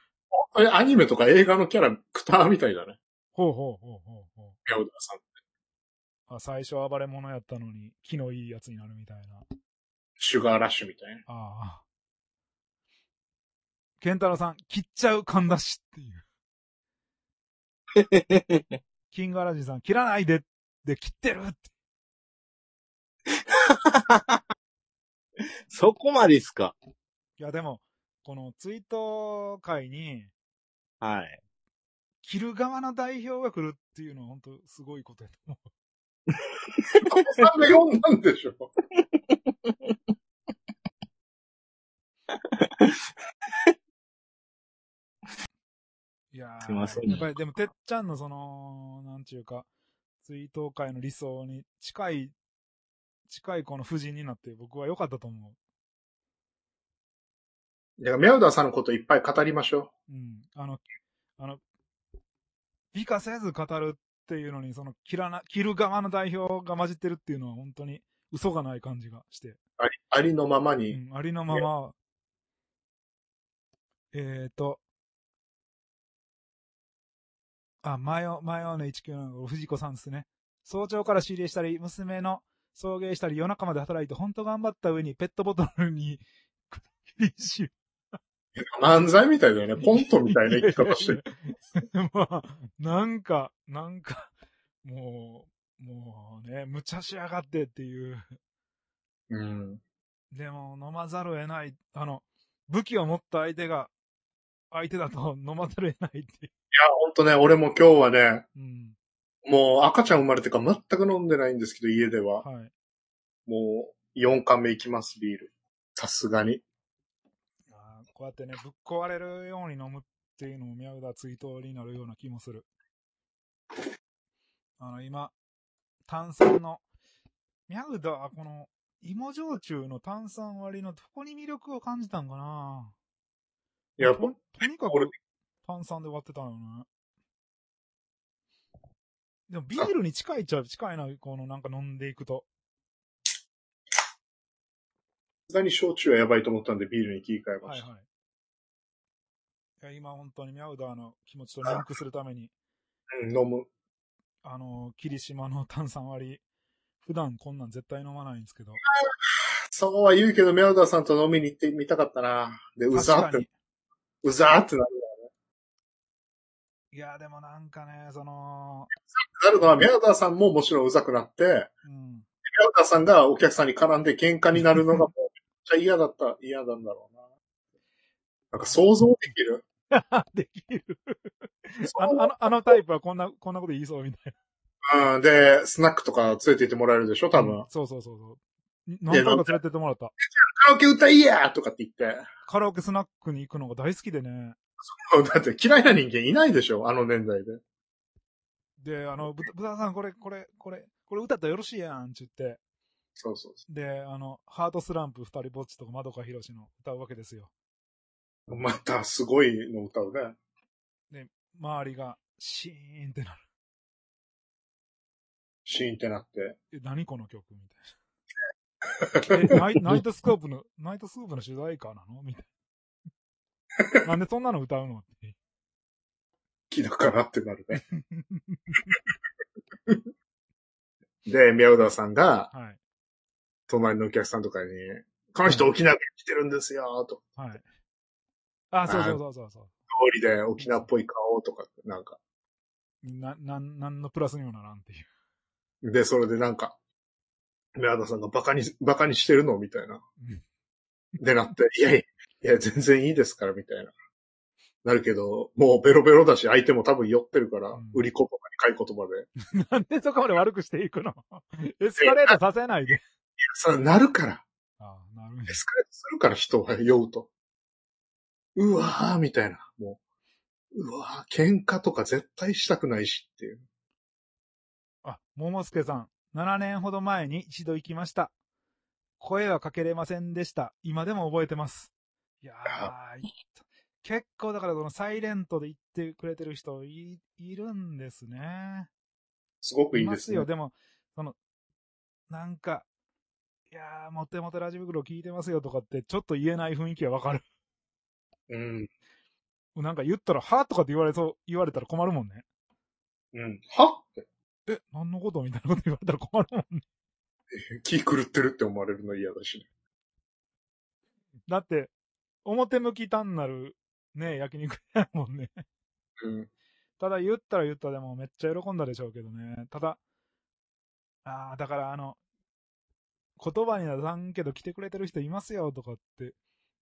[SPEAKER 2] あれアニメとか映画のキャラ、クターみたいだね。
[SPEAKER 1] ほうほうほうほうほ
[SPEAKER 2] ミャウダーさん。
[SPEAKER 1] う。あ最初暴れ者やったのに、気のいいやつになるみたいな。
[SPEAKER 2] シュガーラッシュみたいな。
[SPEAKER 1] ああ。ケンタロウさん、切っちゃう勘だしっていう。キングアラジンさん、切らないで、で、切ってるって。
[SPEAKER 3] そこまでですか
[SPEAKER 1] いや、でも、このツイート会に、
[SPEAKER 3] はい。 [laughs]
[SPEAKER 1] 切る側の代表が来るっていうのは本当すごいことやと思う。
[SPEAKER 2] さんが読んだんでしょ
[SPEAKER 1] いやー
[SPEAKER 3] すいません
[SPEAKER 1] やっぱりでも、てっちゃんのその、なんちゅうか、ツイート会の理想に近い、近いこの夫人になって僕は良かったと思う。
[SPEAKER 2] だから、ミャウダーさんのこといっぱい語りましょ
[SPEAKER 1] うん。あの、あの、美化せず語るっていうのに、その、切らな、切る側の代表が混じってるっていうのは本当に嘘がない感じがして。
[SPEAKER 2] う。あり、ありのままに。
[SPEAKER 1] うん、ありのまま。えっ、ー、と、あ、マヨ、マヨネ1975、藤子さんですね。早朝から仕入れしたり、娘の送迎したり、夜中まで働いて、ほんと頑張った上にペットボトルに、クリッシュ。
[SPEAKER 2] 漫才みたいだよね。コントみたいな生き方し
[SPEAKER 1] [laughs]
[SPEAKER 2] てる。
[SPEAKER 1] まあ、なんか、なんか、もう、もうね、無茶しやがってっていう。
[SPEAKER 2] うん。
[SPEAKER 1] でも、飲まざるを得ない。あの、武器を持った相手が、相手だと飲まざるを得ないっていう。
[SPEAKER 2] ほんとね、俺も今日はね、
[SPEAKER 1] うん。
[SPEAKER 2] もう赤ちゃん生まれてから全く飲んでないんですけど、家では。
[SPEAKER 1] はい。
[SPEAKER 2] もう、4巻目いきます、ビール。さすがに。
[SPEAKER 1] あーこうやってね、ぶっ壊れるように飲むっていうのも宮浦追悼になるような気もする。あの、今、炭酸の、宮浦はこの、芋焼酎の炭酸割りのどこに魅力を感じたんかない
[SPEAKER 2] や、
[SPEAKER 1] ととにか
[SPEAKER 2] 俺
[SPEAKER 1] く炭酸で割ってたよね。でもビールに近いっちゃ近いな、このなんか飲んでいくと。
[SPEAKER 2] さすがに焼酎はやばいと思ったんでビールに切り替えま
[SPEAKER 1] はい
[SPEAKER 2] した。
[SPEAKER 1] はい。いや今本当にミャウダーの気持ちとリンクするために、
[SPEAKER 2] うん、飲む。
[SPEAKER 1] あの、霧島の炭酸割り、普段こんなん絶対飲まないんですけど。
[SPEAKER 2] そうは言うけど、メアウダーさんと飲みに行ってみたかったな。で、うざ
[SPEAKER 1] 確
[SPEAKER 2] っ
[SPEAKER 1] か
[SPEAKER 2] て
[SPEAKER 1] に、。
[SPEAKER 2] うざーってなる。
[SPEAKER 1] いや、でもなんかね、その、
[SPEAKER 2] なるのは、メアウダーさんももちろんうざくなって、メアウ
[SPEAKER 1] うん。 [laughs]
[SPEAKER 2] ダーさんがお客さんに絡んで喧嘩になるのがもうめっちゃ嫌だった、嫌なんだろうな。なんか想像できる。
[SPEAKER 1] できる。
[SPEAKER 2] そ
[SPEAKER 1] あの、あの、あのタイプはこんな、こんなこと言いそうみたいな。
[SPEAKER 2] ううん、で、スナックとか連れて行ってもらえるでしょ、多分。
[SPEAKER 1] そうそうそうそう。ん何回か連れてってもらった。
[SPEAKER 2] カラオケ歌いやーとかって言って。 [laughs]
[SPEAKER 1] カラオケスナックに行くのが大好きでね。
[SPEAKER 2] だって嫌いな人間いないでしょ、あの年代で。
[SPEAKER 1] で、あの、ぶぶたさんこれ、これ、これ、これ歌ったらよろしいやんって言って。
[SPEAKER 2] そうそうそ
[SPEAKER 1] で、あの、ハートスランプ二人ぼっちとか窓かひろしの歌うわけですよ。
[SPEAKER 2] う。また、すごいの歌うね。
[SPEAKER 1] 周りがシーンってなる。
[SPEAKER 2] シーンってなって。
[SPEAKER 1] え、何この曲みた [laughs] いな。えナイナイトスコープの、ナイトスコープの主題歌なのみたいな。なんでそんなの歌うのって。
[SPEAKER 2] 木だからってなるね。で、宮浦さんが、
[SPEAKER 1] はい。
[SPEAKER 2] 隣のお客さんとかに、この人沖縄から来てるんですよ、と。
[SPEAKER 1] はい。あ、そうそうそうそうそ
[SPEAKER 2] 通りで沖縄っぽい顔とか、なんか。
[SPEAKER 1] う。な、なん、なんのプラスにもならんっていう。
[SPEAKER 2] で、それでなんか、宮浦さんがバカに、バカにしてるのみたいな
[SPEAKER 1] うん。
[SPEAKER 2] でなって、いやいや、いや、全然いいですから、みたいな。なるけど、もうベロベロだし、相手も多分酔ってるから、
[SPEAKER 1] うん
[SPEAKER 2] 売り言葉に買い言葉
[SPEAKER 1] [laughs]
[SPEAKER 2] で。
[SPEAKER 1] なんでそこまで悪くしていくのエスカレートさせないで。
[SPEAKER 2] さ、なるから。
[SPEAKER 1] あなるほど
[SPEAKER 2] エスカレートするから人は酔うと。うわー、みたいな。もう、うわー、喧嘩とか絶対したくないしっていう。
[SPEAKER 1] あ、桃助さん。7年ほど前に一度行きました。声はかけれませんでした。今でも覚えてます。いやー、いった結構だからこのサイレントで言ってくれてる人いいるんですね。
[SPEAKER 2] すごくいい
[SPEAKER 1] ま
[SPEAKER 2] ですすね
[SPEAKER 1] よ。。でも、その、なんか、いやー、モテモテラジ袋聞いてますよとかってちょっと言えない雰囲気はわかる。
[SPEAKER 2] うん。
[SPEAKER 1] なんか言ったら、はとかって言われそう、言われたら困るもんね。
[SPEAKER 2] うん。は
[SPEAKER 1] え、何のことみたいなこと言われたら困るもんね。
[SPEAKER 2] 気狂ってるって思われるの嫌だし、ね。
[SPEAKER 1] だって、表向き単なる、ね、焼肉やもんね。 [laughs]
[SPEAKER 2] うん。
[SPEAKER 1] ただ言ったら言ったでもめっちゃ喜んだでしょうけどね。ただ、ああ、だからあの、言葉にならんけど来てくれてる人いますよとかって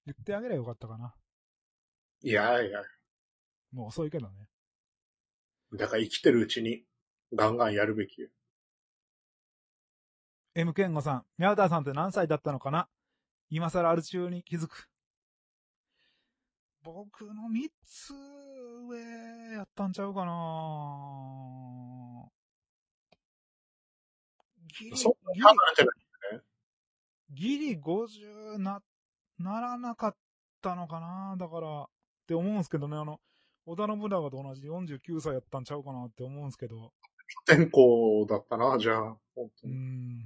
[SPEAKER 1] 言ってあげればよかったかな。
[SPEAKER 2] いやいや、
[SPEAKER 1] もう遅いけどね。
[SPEAKER 2] だから生きてるうちに、ガンガンやるべきよ。
[SPEAKER 1] M ケンゴさん、ミャウダーさんって何歳だったのかな今更ある中に気づく。僕の3つ上やったんちゃうかなギリ、ギ
[SPEAKER 2] そん
[SPEAKER 1] リ
[SPEAKER 2] 多分じゃない。
[SPEAKER 1] ギリ50な、ならなかったのかなだから、って思うんすけどね、あの、織田信長と同じ49歳やったんちゃうかなって思うんすけど、
[SPEAKER 2] 破天荒だったな、じゃあ。本当
[SPEAKER 1] うー
[SPEAKER 2] に
[SPEAKER 1] ん、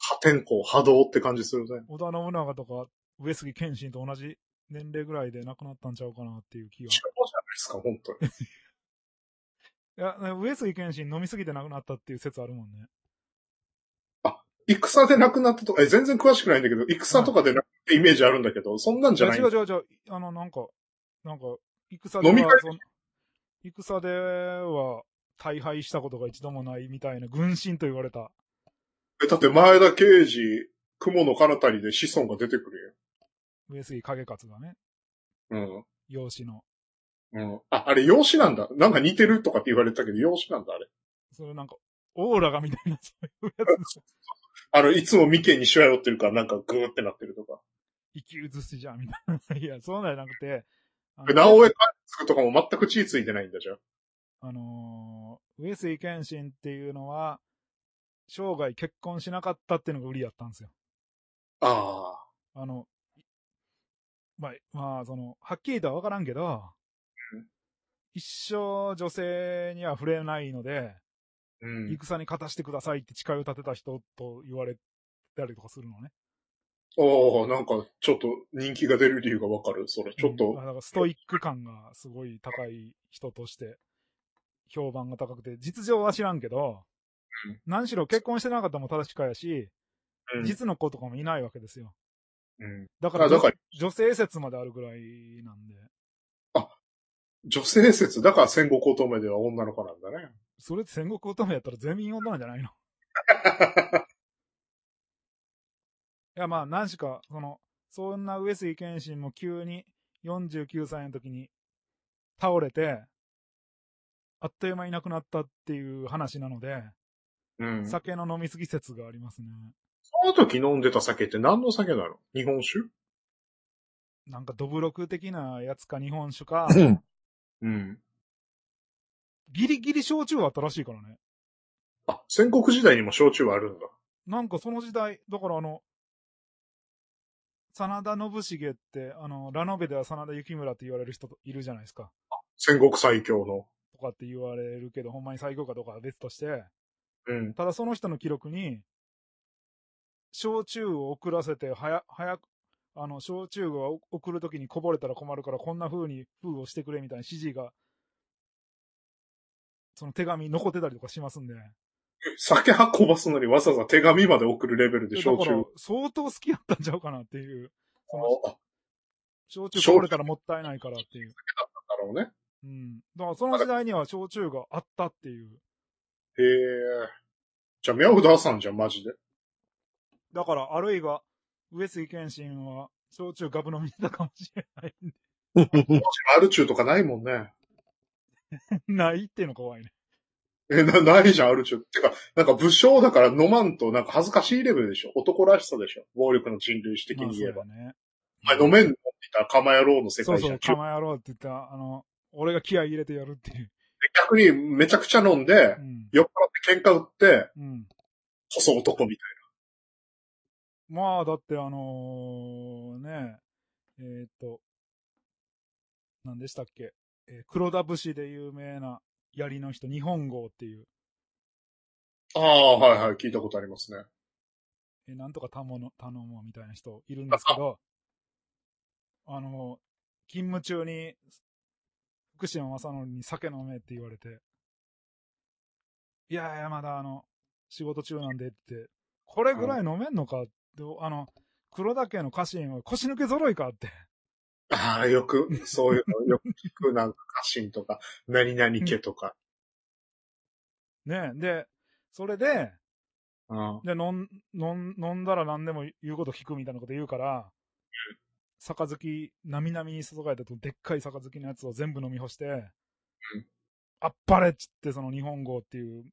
[SPEAKER 2] 破天荒、波動って感じするね。
[SPEAKER 1] 織田信長とか、上杉謙信と同じ年齢ぐらいで亡くなったんちゃうかなっていう気が。
[SPEAKER 2] 地方じゃないですか、本当に。
[SPEAKER 1] いや、ね上杉謙信飲みすぎて亡くなったっていう説あるもんね。
[SPEAKER 2] 戦で亡くなったとか、え、全然詳しくないんだけど、戦とかで亡くなっってイメージあるんだけど、そんなんじゃない
[SPEAKER 1] いや違う違う違う。あの、なんか、なんか、戦で
[SPEAKER 2] 飲み
[SPEAKER 1] は
[SPEAKER 2] 会、
[SPEAKER 1] そん戦では、大敗したことが一度もないみたいな、軍神と言われた。
[SPEAKER 2] えだって前田刑事、雲の彼方にで子孫が出てくる
[SPEAKER 1] 上杉景勝がね、
[SPEAKER 2] やん。
[SPEAKER 1] 養子の。
[SPEAKER 2] うん。うん。あ、あれ、養子なんだ。なんか似てるとかって言われたけど、養子なんだ、あれ。
[SPEAKER 1] それなんか、オーラがみたいな、そういうやつ。
[SPEAKER 2] あの、いつも眉間にしわ寄ってるから、なんかグーってなってるとか。
[SPEAKER 1] 生き写しじゃん、みたいな。いや、そうなんじゃなくて、あの
[SPEAKER 2] 直江監督とかも全く血ついてないんだじゃん。
[SPEAKER 1] あのー上杉謙信っていうのは、生涯結婚しなかったっていうのが売りやったんですよ。
[SPEAKER 2] あ
[SPEAKER 1] あの、まあ、まあ、その、はっきりとは分からんけど
[SPEAKER 2] うん、
[SPEAKER 1] 一生女性には触れないので、
[SPEAKER 2] あ。うん。
[SPEAKER 1] 戦に勝たしてくださいって誓いを立てた人と言われたりとかするのね。
[SPEAKER 2] おー、なんか、ちょっと人気が出る理由がわかる。それ、ちょっ
[SPEAKER 1] うん
[SPEAKER 2] と
[SPEAKER 1] まあ、だからストイック感がすごい高い人として、評判が高くて、実情は知らんけど
[SPEAKER 2] うん、
[SPEAKER 1] 何しろ結婚してなかったのも正しかやし、
[SPEAKER 2] うん
[SPEAKER 1] 実の子とかもいないわけですよ。
[SPEAKER 2] うん
[SPEAKER 1] だから
[SPEAKER 2] あだから
[SPEAKER 1] 女性説まであるぐらいなんで、
[SPEAKER 2] 女性説、だから戦後高等目では女の子なん
[SPEAKER 1] [laughs]
[SPEAKER 2] だね。
[SPEAKER 1] それって戦国乙女やったら全員女なんじゃないの [laughs] いや、まあ、何しか、その、そんな上杉謙信も急に49歳の時に倒れて、あっという間いなくなったっていう話なので、
[SPEAKER 2] うん。そ
[SPEAKER 1] 酒の飲みすぎ説がありますね。
[SPEAKER 2] の時飲んでた酒って何の酒なの日本酒
[SPEAKER 1] なんかドブロク的なやつか日本酒
[SPEAKER 2] [laughs]
[SPEAKER 1] か、
[SPEAKER 3] うん。
[SPEAKER 2] うん。
[SPEAKER 1] ギリギリ焼酎はあったらしいからね。
[SPEAKER 2] あ、戦国時代にも焼酎はあるんだ。
[SPEAKER 1] なんかその時代、だからあの、真田信繁って、あの、ラノベでは真田幸村って言われる人といるじゃないですか。
[SPEAKER 2] 戦国最強の。
[SPEAKER 1] とかって言われるけど、ほんまに最強かどうかは別として、
[SPEAKER 2] うん。
[SPEAKER 1] ただその人の記録に、焼酎を送らせて、はや、早く、あの、焼酎がお送るときにこぼれたら困るから、こんな風に封をしてくれみたいな指示が、その手紙に残ってたりとかしますんで。
[SPEAKER 2] 酒運ばすのにわざわざ手紙まで送るレベルで
[SPEAKER 1] だか
[SPEAKER 2] 焼
[SPEAKER 1] ら
[SPEAKER 2] 酎。、
[SPEAKER 1] 相当好きだったんちゃうかなっていう。その
[SPEAKER 2] ああ
[SPEAKER 1] 焼酎こぼれたらもったいないからっていう。
[SPEAKER 2] なるほどね。
[SPEAKER 1] うん。だからその時代には焼酎があったっていう。
[SPEAKER 2] へえ。じゃあ、ミャウダーさんじゃん、マジで。
[SPEAKER 1] だから、あるいは、上杉謙信は、焼酎ガブ飲みしてたかもしれない。
[SPEAKER 2] アルチューとかないもんね。
[SPEAKER 1] ないっていうの怖いね。
[SPEAKER 2] え、な、ないじゃん、アルチュー。てか、なんか武将だから飲まんと、なんか恥ずかしいレベルでしょ。男らしさでしょ。暴力の人類史的
[SPEAKER 1] まあ
[SPEAKER 2] に
[SPEAKER 1] そう
[SPEAKER 2] 言
[SPEAKER 1] や
[SPEAKER 2] えば。
[SPEAKER 1] ね。
[SPEAKER 2] お前飲めんのって言ったら、釜野郎の世
[SPEAKER 1] そう
[SPEAKER 2] 界じ
[SPEAKER 1] そう、
[SPEAKER 2] ゃん。中
[SPEAKER 1] 釜野郎って言ったら、あの、俺が気合い入れてやるっていう。
[SPEAKER 2] 逆に、めちゃくちゃ飲んで
[SPEAKER 1] う、ん。
[SPEAKER 2] 酔っ払って喧嘩売って、
[SPEAKER 1] うん。
[SPEAKER 2] こそ男みたい
[SPEAKER 1] まあ、だってあのーね、えーっと、何でしたっけ、えー黒田節で有名な槍の人、日本号っていう、
[SPEAKER 2] な。ああー、はいはい、聞いたことありますね。
[SPEAKER 1] えーなんとか頼もう、頼もうみたいな人いるんですけど、あのー勤務中に、福島正則に酒飲めって言われて、いやいや、まだあの、仕事中なんでって、これぐらい飲めんのかって、あの、黒田家の家臣は腰抜け揃いかって。
[SPEAKER 2] ああ、よく、そういうの、よく聞く、なんか家臣とか、 [laughs] 何々家とか。
[SPEAKER 1] ねえ、で、それで、
[SPEAKER 2] うん。
[SPEAKER 1] で、飲ん、飲ん、飲んだら何でも言うこと聞くみたいなこと言うから、杯、なみなみに注がれたと、でっかい杯のやつを全部飲み干して、あっぱれっつって、その日本語っていう、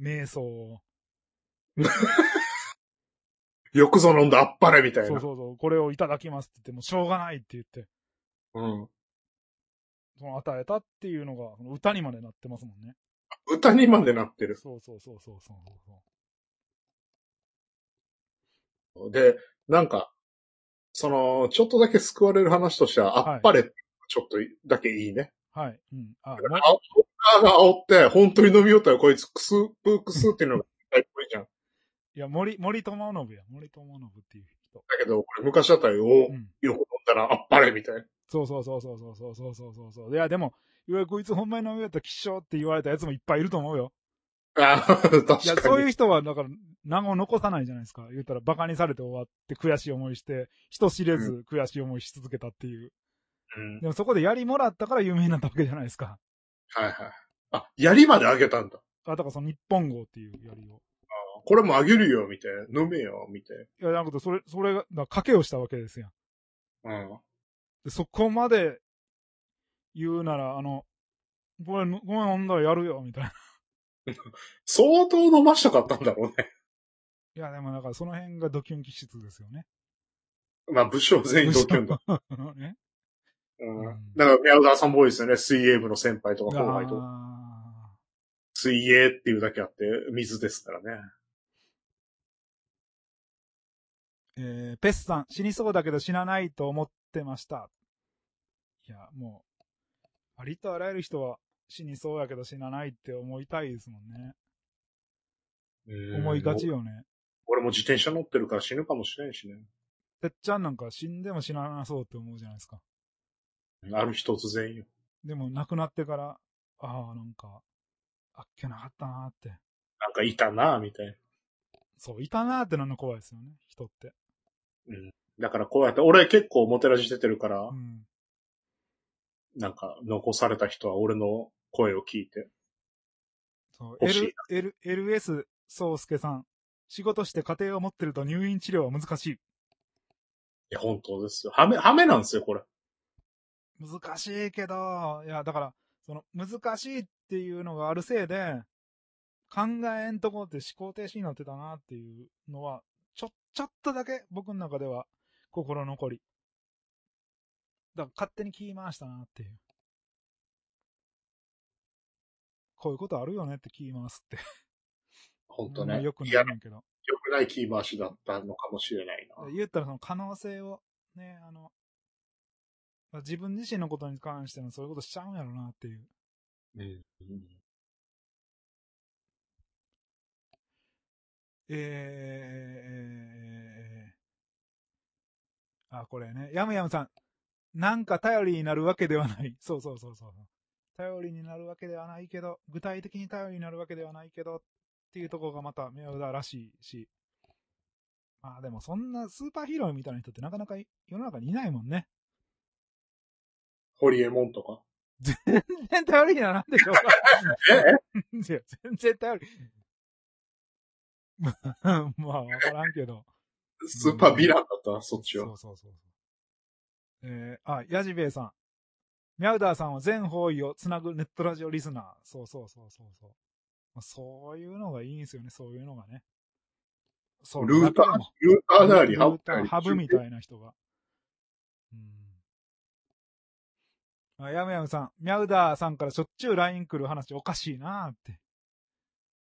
[SPEAKER 1] 瞑想を、
[SPEAKER 2] よくぞ飲んだ、あっぱれみたいな。
[SPEAKER 1] そうそうそう、これをいただきますって言って、もうしょうがないって言って、
[SPEAKER 2] うん。
[SPEAKER 1] その与えたっていうのが、その歌にまでなってますもんね。
[SPEAKER 2] 歌にまでなってる。
[SPEAKER 1] そうそうそうそうそうそう。
[SPEAKER 2] で、なんか、その、ちょっとだけ救われる話としては、
[SPEAKER 1] はい
[SPEAKER 2] あっぱれ、ちょっとだけいいね。
[SPEAKER 1] はい、うん。あ、も
[SPEAKER 2] ああが煽って、本当に飲みよったらこいつ、くすぷくすっていうのが大っぽいじゃん。だ
[SPEAKER 1] いや、森、森友信や、森友信っていう人。
[SPEAKER 2] けど、俺昔だったら、お
[SPEAKER 1] うん。
[SPEAKER 2] よく飲んだらあっぱれみたいな。
[SPEAKER 1] そうそうそうそうそうそうそうそうそうそう。いや、でも、いわゆるこいつほんまに飲みやったら吉祥って言われたやつもいっぱいいると思うよ。
[SPEAKER 2] ああ、確
[SPEAKER 1] いや、
[SPEAKER 2] か
[SPEAKER 1] そう
[SPEAKER 2] に。
[SPEAKER 1] いう人は、だから、何も残さないじゃないですか。言ったら馬鹿にされて終わって悔しい思いして、人知れず悔しい思いし続けたっていう。
[SPEAKER 2] うん。
[SPEAKER 1] でもそこでやりもらったから有名になったわけじゃないですか。
[SPEAKER 2] はいはい。あ、槍まであげたんだ。
[SPEAKER 1] あ、だからその日本語っていうやりを。
[SPEAKER 2] これもあげるよ、みたいな。飲めよ、みたい
[SPEAKER 1] いや、なるほど、それ、それが、だから賭けをしたわけですよ。
[SPEAKER 2] な。うん。
[SPEAKER 1] でそこまで言うなら、あの、これ、これ飲んだらやるよ、みたいな。
[SPEAKER 2] 相当飲ましたかったんだろうね。 [laughs]
[SPEAKER 1] いや、でもだからその辺がドキュン気質ですよね。
[SPEAKER 2] まあ、武将全員同級だ。
[SPEAKER 1] [laughs] ね。
[SPEAKER 2] うん。だから、宮川さんも多いですよね。水泳部の先輩とか後輩とか。
[SPEAKER 1] あ
[SPEAKER 2] 水泳っていうだけあって、水ですからね。
[SPEAKER 1] ーえーペスさん、死にそうだけど死なないと思ってました。いや、もう、ありとあらゆる人は死にそうやけど死なないって思いたいですもんね。思いがち
[SPEAKER 2] うん。
[SPEAKER 1] よね。
[SPEAKER 2] 俺も自転車乗ってるから死ぬかもしれんしね。
[SPEAKER 1] てっちゃんなんか死んでも死ななそうって思うじゃないですか。
[SPEAKER 2] ある日突然よ。
[SPEAKER 1] でも亡くなってから、ああ、なんか、あっけなかったなーって。
[SPEAKER 2] なんかいたなぁ、みたいな。
[SPEAKER 1] そう、いたなーってなるの怖いですよね、人って。
[SPEAKER 2] だからこうやって、俺結構おもてなし出てるから
[SPEAKER 1] う、ん。
[SPEAKER 2] なんか残された人は俺の声を聞いて。
[SPEAKER 1] そう、
[SPEAKER 2] 欲し
[SPEAKER 1] L、L、LS 宗介さん。仕事して家庭を持ってると入院治療は難しい。
[SPEAKER 2] いや、本当ですよ。ハメ、ハメなんですよ、これ。
[SPEAKER 1] 難しいけど、いや、だから、その、難しいっていうのがあるせいで、考えんとこって思考停止になってたなっていうのは、ちょ、ちょっとだけ僕の中では心残り。だから勝手に聞き回したなっていう。こういうことあるよねって聞き回すって。
[SPEAKER 2] 本当
[SPEAKER 1] まあ
[SPEAKER 2] ね。
[SPEAKER 1] よくない
[SPEAKER 2] や、
[SPEAKER 1] ねんけど。
[SPEAKER 2] 良くないキー回しだったのかもしれないな。
[SPEAKER 1] 言ったらその可能性を、ね、あの、まあ自分自身のことに関してのそういうことしちゃうんやろなっていう。
[SPEAKER 2] うん。
[SPEAKER 1] えー、あ、これね。やむやむさん。なんか頼りになるわけではない。 [laughs] そうそうそうそう。頼りになるわけではないけど、具体的に頼りになるわけではないけど、っていうところがまた宮田らしいし。まあでもそんなスーパーヒーローみたいな人ってなかなかい世の中にいないもんね。
[SPEAKER 2] ホリエモンとか。
[SPEAKER 1] 全然頼りにはなんでしょうかいや、全然頼り。 [laughs] まあ、まあわからんけど。
[SPEAKER 2] スーパーヴィランだった、そっち
[SPEAKER 1] そ
[SPEAKER 2] は。
[SPEAKER 1] うそうそうそう。えー、あ、ヤジベイさん。ミャウダーさんは全方位をつなぐネットラジオリスナー。そうそうそうそうそう。まあそういうのがいいんですよね、そういうのがね。そ
[SPEAKER 2] ルーター、ルーターなり、
[SPEAKER 1] ルーター、ハ
[SPEAKER 2] ハ
[SPEAKER 1] ブ
[SPEAKER 2] ブ
[SPEAKER 1] み
[SPEAKER 2] なり。
[SPEAKER 1] たいな人が。うん。あ、やむやむさん、ミャウダーさんからしょっちゅう LINE 来る話おかしいなーっ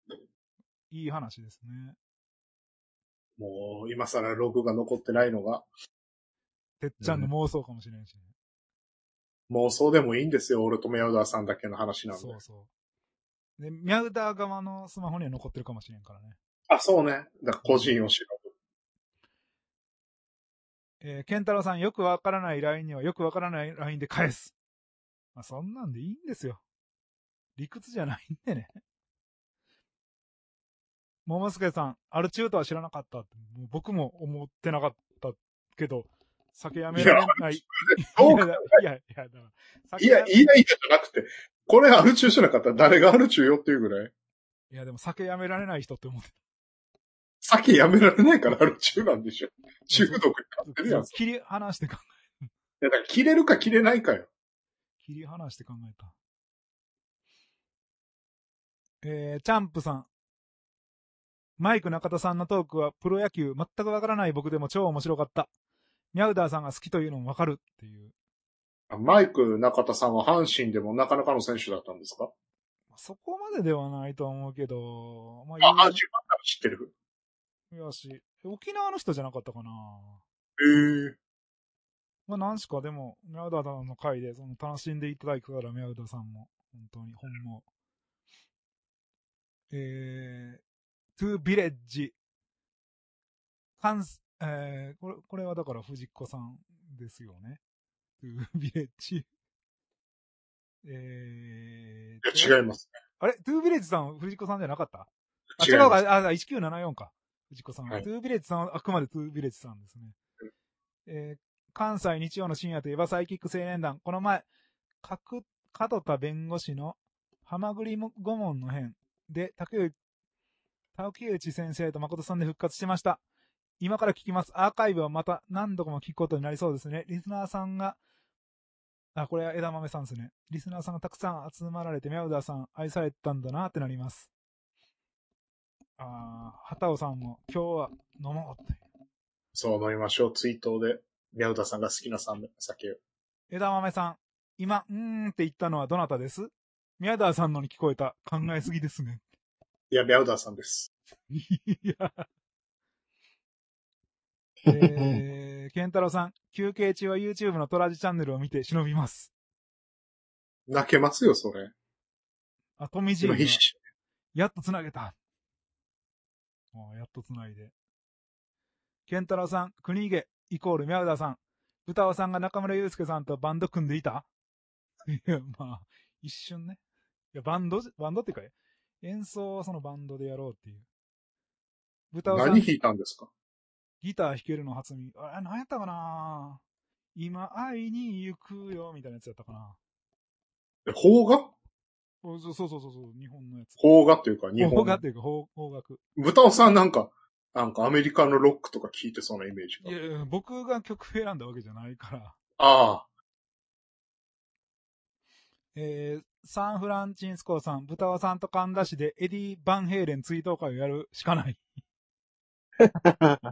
[SPEAKER 1] て。いい話ですね。
[SPEAKER 2] もう、今更ログが残ってないのが、
[SPEAKER 1] てっちゃんの妄想かもしれんしね。
[SPEAKER 2] もうそうでもいいんですよ、俺とメアウダーさんだけの話なんで
[SPEAKER 1] そ。うそう。で、ミャウダー側のスマホには残ってるかもしれんからね。
[SPEAKER 2] あ、そうね。だから個人をし
[SPEAKER 1] えーケンタロウさん、よくわからない LINE にはよくわからない LINE で返す。まあ、そんなんでいいんですよ。理屈じゃないんでね。ももすけさん、アルチュートは知らなかったって、もう僕も思ってなかったけど、酒やめられない。いや、
[SPEAKER 2] ろ。
[SPEAKER 1] いうや、いや、だから酒
[SPEAKER 2] いや、いや
[SPEAKER 1] や、
[SPEAKER 2] いや、いやじゃなくて、これアル中じゃなかったら誰がアル中よっていうぐらい。
[SPEAKER 1] いや、でも酒やめられない人って思って
[SPEAKER 2] 酒やめられないからアル中なんでしょ。中毒になってるやん。い
[SPEAKER 1] た。切り離して考
[SPEAKER 2] や、だから切れるか切れないかよ。
[SPEAKER 1] 切り離して考えた。えー、チャンプさん。マイク中田さんのトークはプロ野球全くわからない僕でも超面白かった。ミャウダーさんが好きというのもわかるっていう。
[SPEAKER 2] マイク中田さんは阪神でもなかなかの選手だったんですか
[SPEAKER 1] まあそこまでではないとは思うけど、まあ、
[SPEAKER 2] あ、阪神
[SPEAKER 1] 有
[SPEAKER 2] は知ってる。
[SPEAKER 1] 名やし、沖縄の人じゃなかったかな。
[SPEAKER 2] へえ。
[SPEAKER 1] まあ、何しかでも、ミャウダーさんの回で、その、楽しんでいただいたら、ミャウダーさんも、本当に、本も。えー、トゥービレッジ。関す、えー、これ、これはだから藤子さんですよね。トゥービレッジ。えー、
[SPEAKER 2] いや、違います
[SPEAKER 1] あれトゥービレッジさん、藤子さんじゃなかったあ、
[SPEAKER 2] 違い
[SPEAKER 1] 違う
[SPEAKER 2] ます
[SPEAKER 1] か、あ、1974か。藤子さん。
[SPEAKER 2] はい
[SPEAKER 1] トゥービレッジさんはあくまでトゥービレッジさんですね。えー関西日曜の深夜といえばサイキック青年団。この前、角、角田弁護士のハマグリも顧問の編で、竹内、竹内先生と誠さんで復活してました。今から聞きます。アーカイブはまた何度も聞くことになりそうですね。リスナーさんが、あ、これは枝豆さんですね。リスナーさんがたくさん集まられて、ミャウダーさん愛されたんだなってなります。ああ、畑尾さんも今日は飲もうって。
[SPEAKER 2] そう飲みましょう。追悼で、宮田さんが好きなさん酒を。
[SPEAKER 1] 枝豆さん、今、うーんって言ったのはどなたです宮田さんのに聞こえた。考えすぎですね。
[SPEAKER 2] いや、宮田さんです。
[SPEAKER 1] いや。えー、ケンタロウさん、休憩中は YouTube のトラジチャンネルを見て忍びます。
[SPEAKER 2] 泣けますよ、それ。
[SPEAKER 1] あ、トミジ
[SPEAKER 2] 今
[SPEAKER 1] ー
[SPEAKER 2] 必
[SPEAKER 1] が、
[SPEAKER 2] 死。
[SPEAKER 1] やっと繋げた。もうやっと繋いで。ケンタロウさん、国毛、イコール宮田さん。歌尾さんが中村祐介さんとバンド組んでいたいや、まあ、一瞬ね。いや、バンドじ、バンドってか、演奏はそのバンドでやろうっていう。豚尾さん。
[SPEAKER 2] 何弾いたんですか
[SPEAKER 1] ギター弾けるの初見。あれ、何やったかな今会いに行くよ、みたいなやつやったかな。
[SPEAKER 2] え邦画
[SPEAKER 1] おそうそうそうそう、日本のやつ。
[SPEAKER 2] 邦画というか、日本。
[SPEAKER 1] 邦画っていうか、邦邦楽。
[SPEAKER 2] 豚尾さんなんか、なんかアメリカのロックとか聞いてそうなイメージ
[SPEAKER 1] い
[SPEAKER 2] が。
[SPEAKER 1] やいや、僕が曲選んだわけじゃないから。
[SPEAKER 2] ああ、
[SPEAKER 1] えー、サンフランチンスコーさん、豚尾さんと神田市でエディ・バンヘイレン追悼会をやるしかない。神田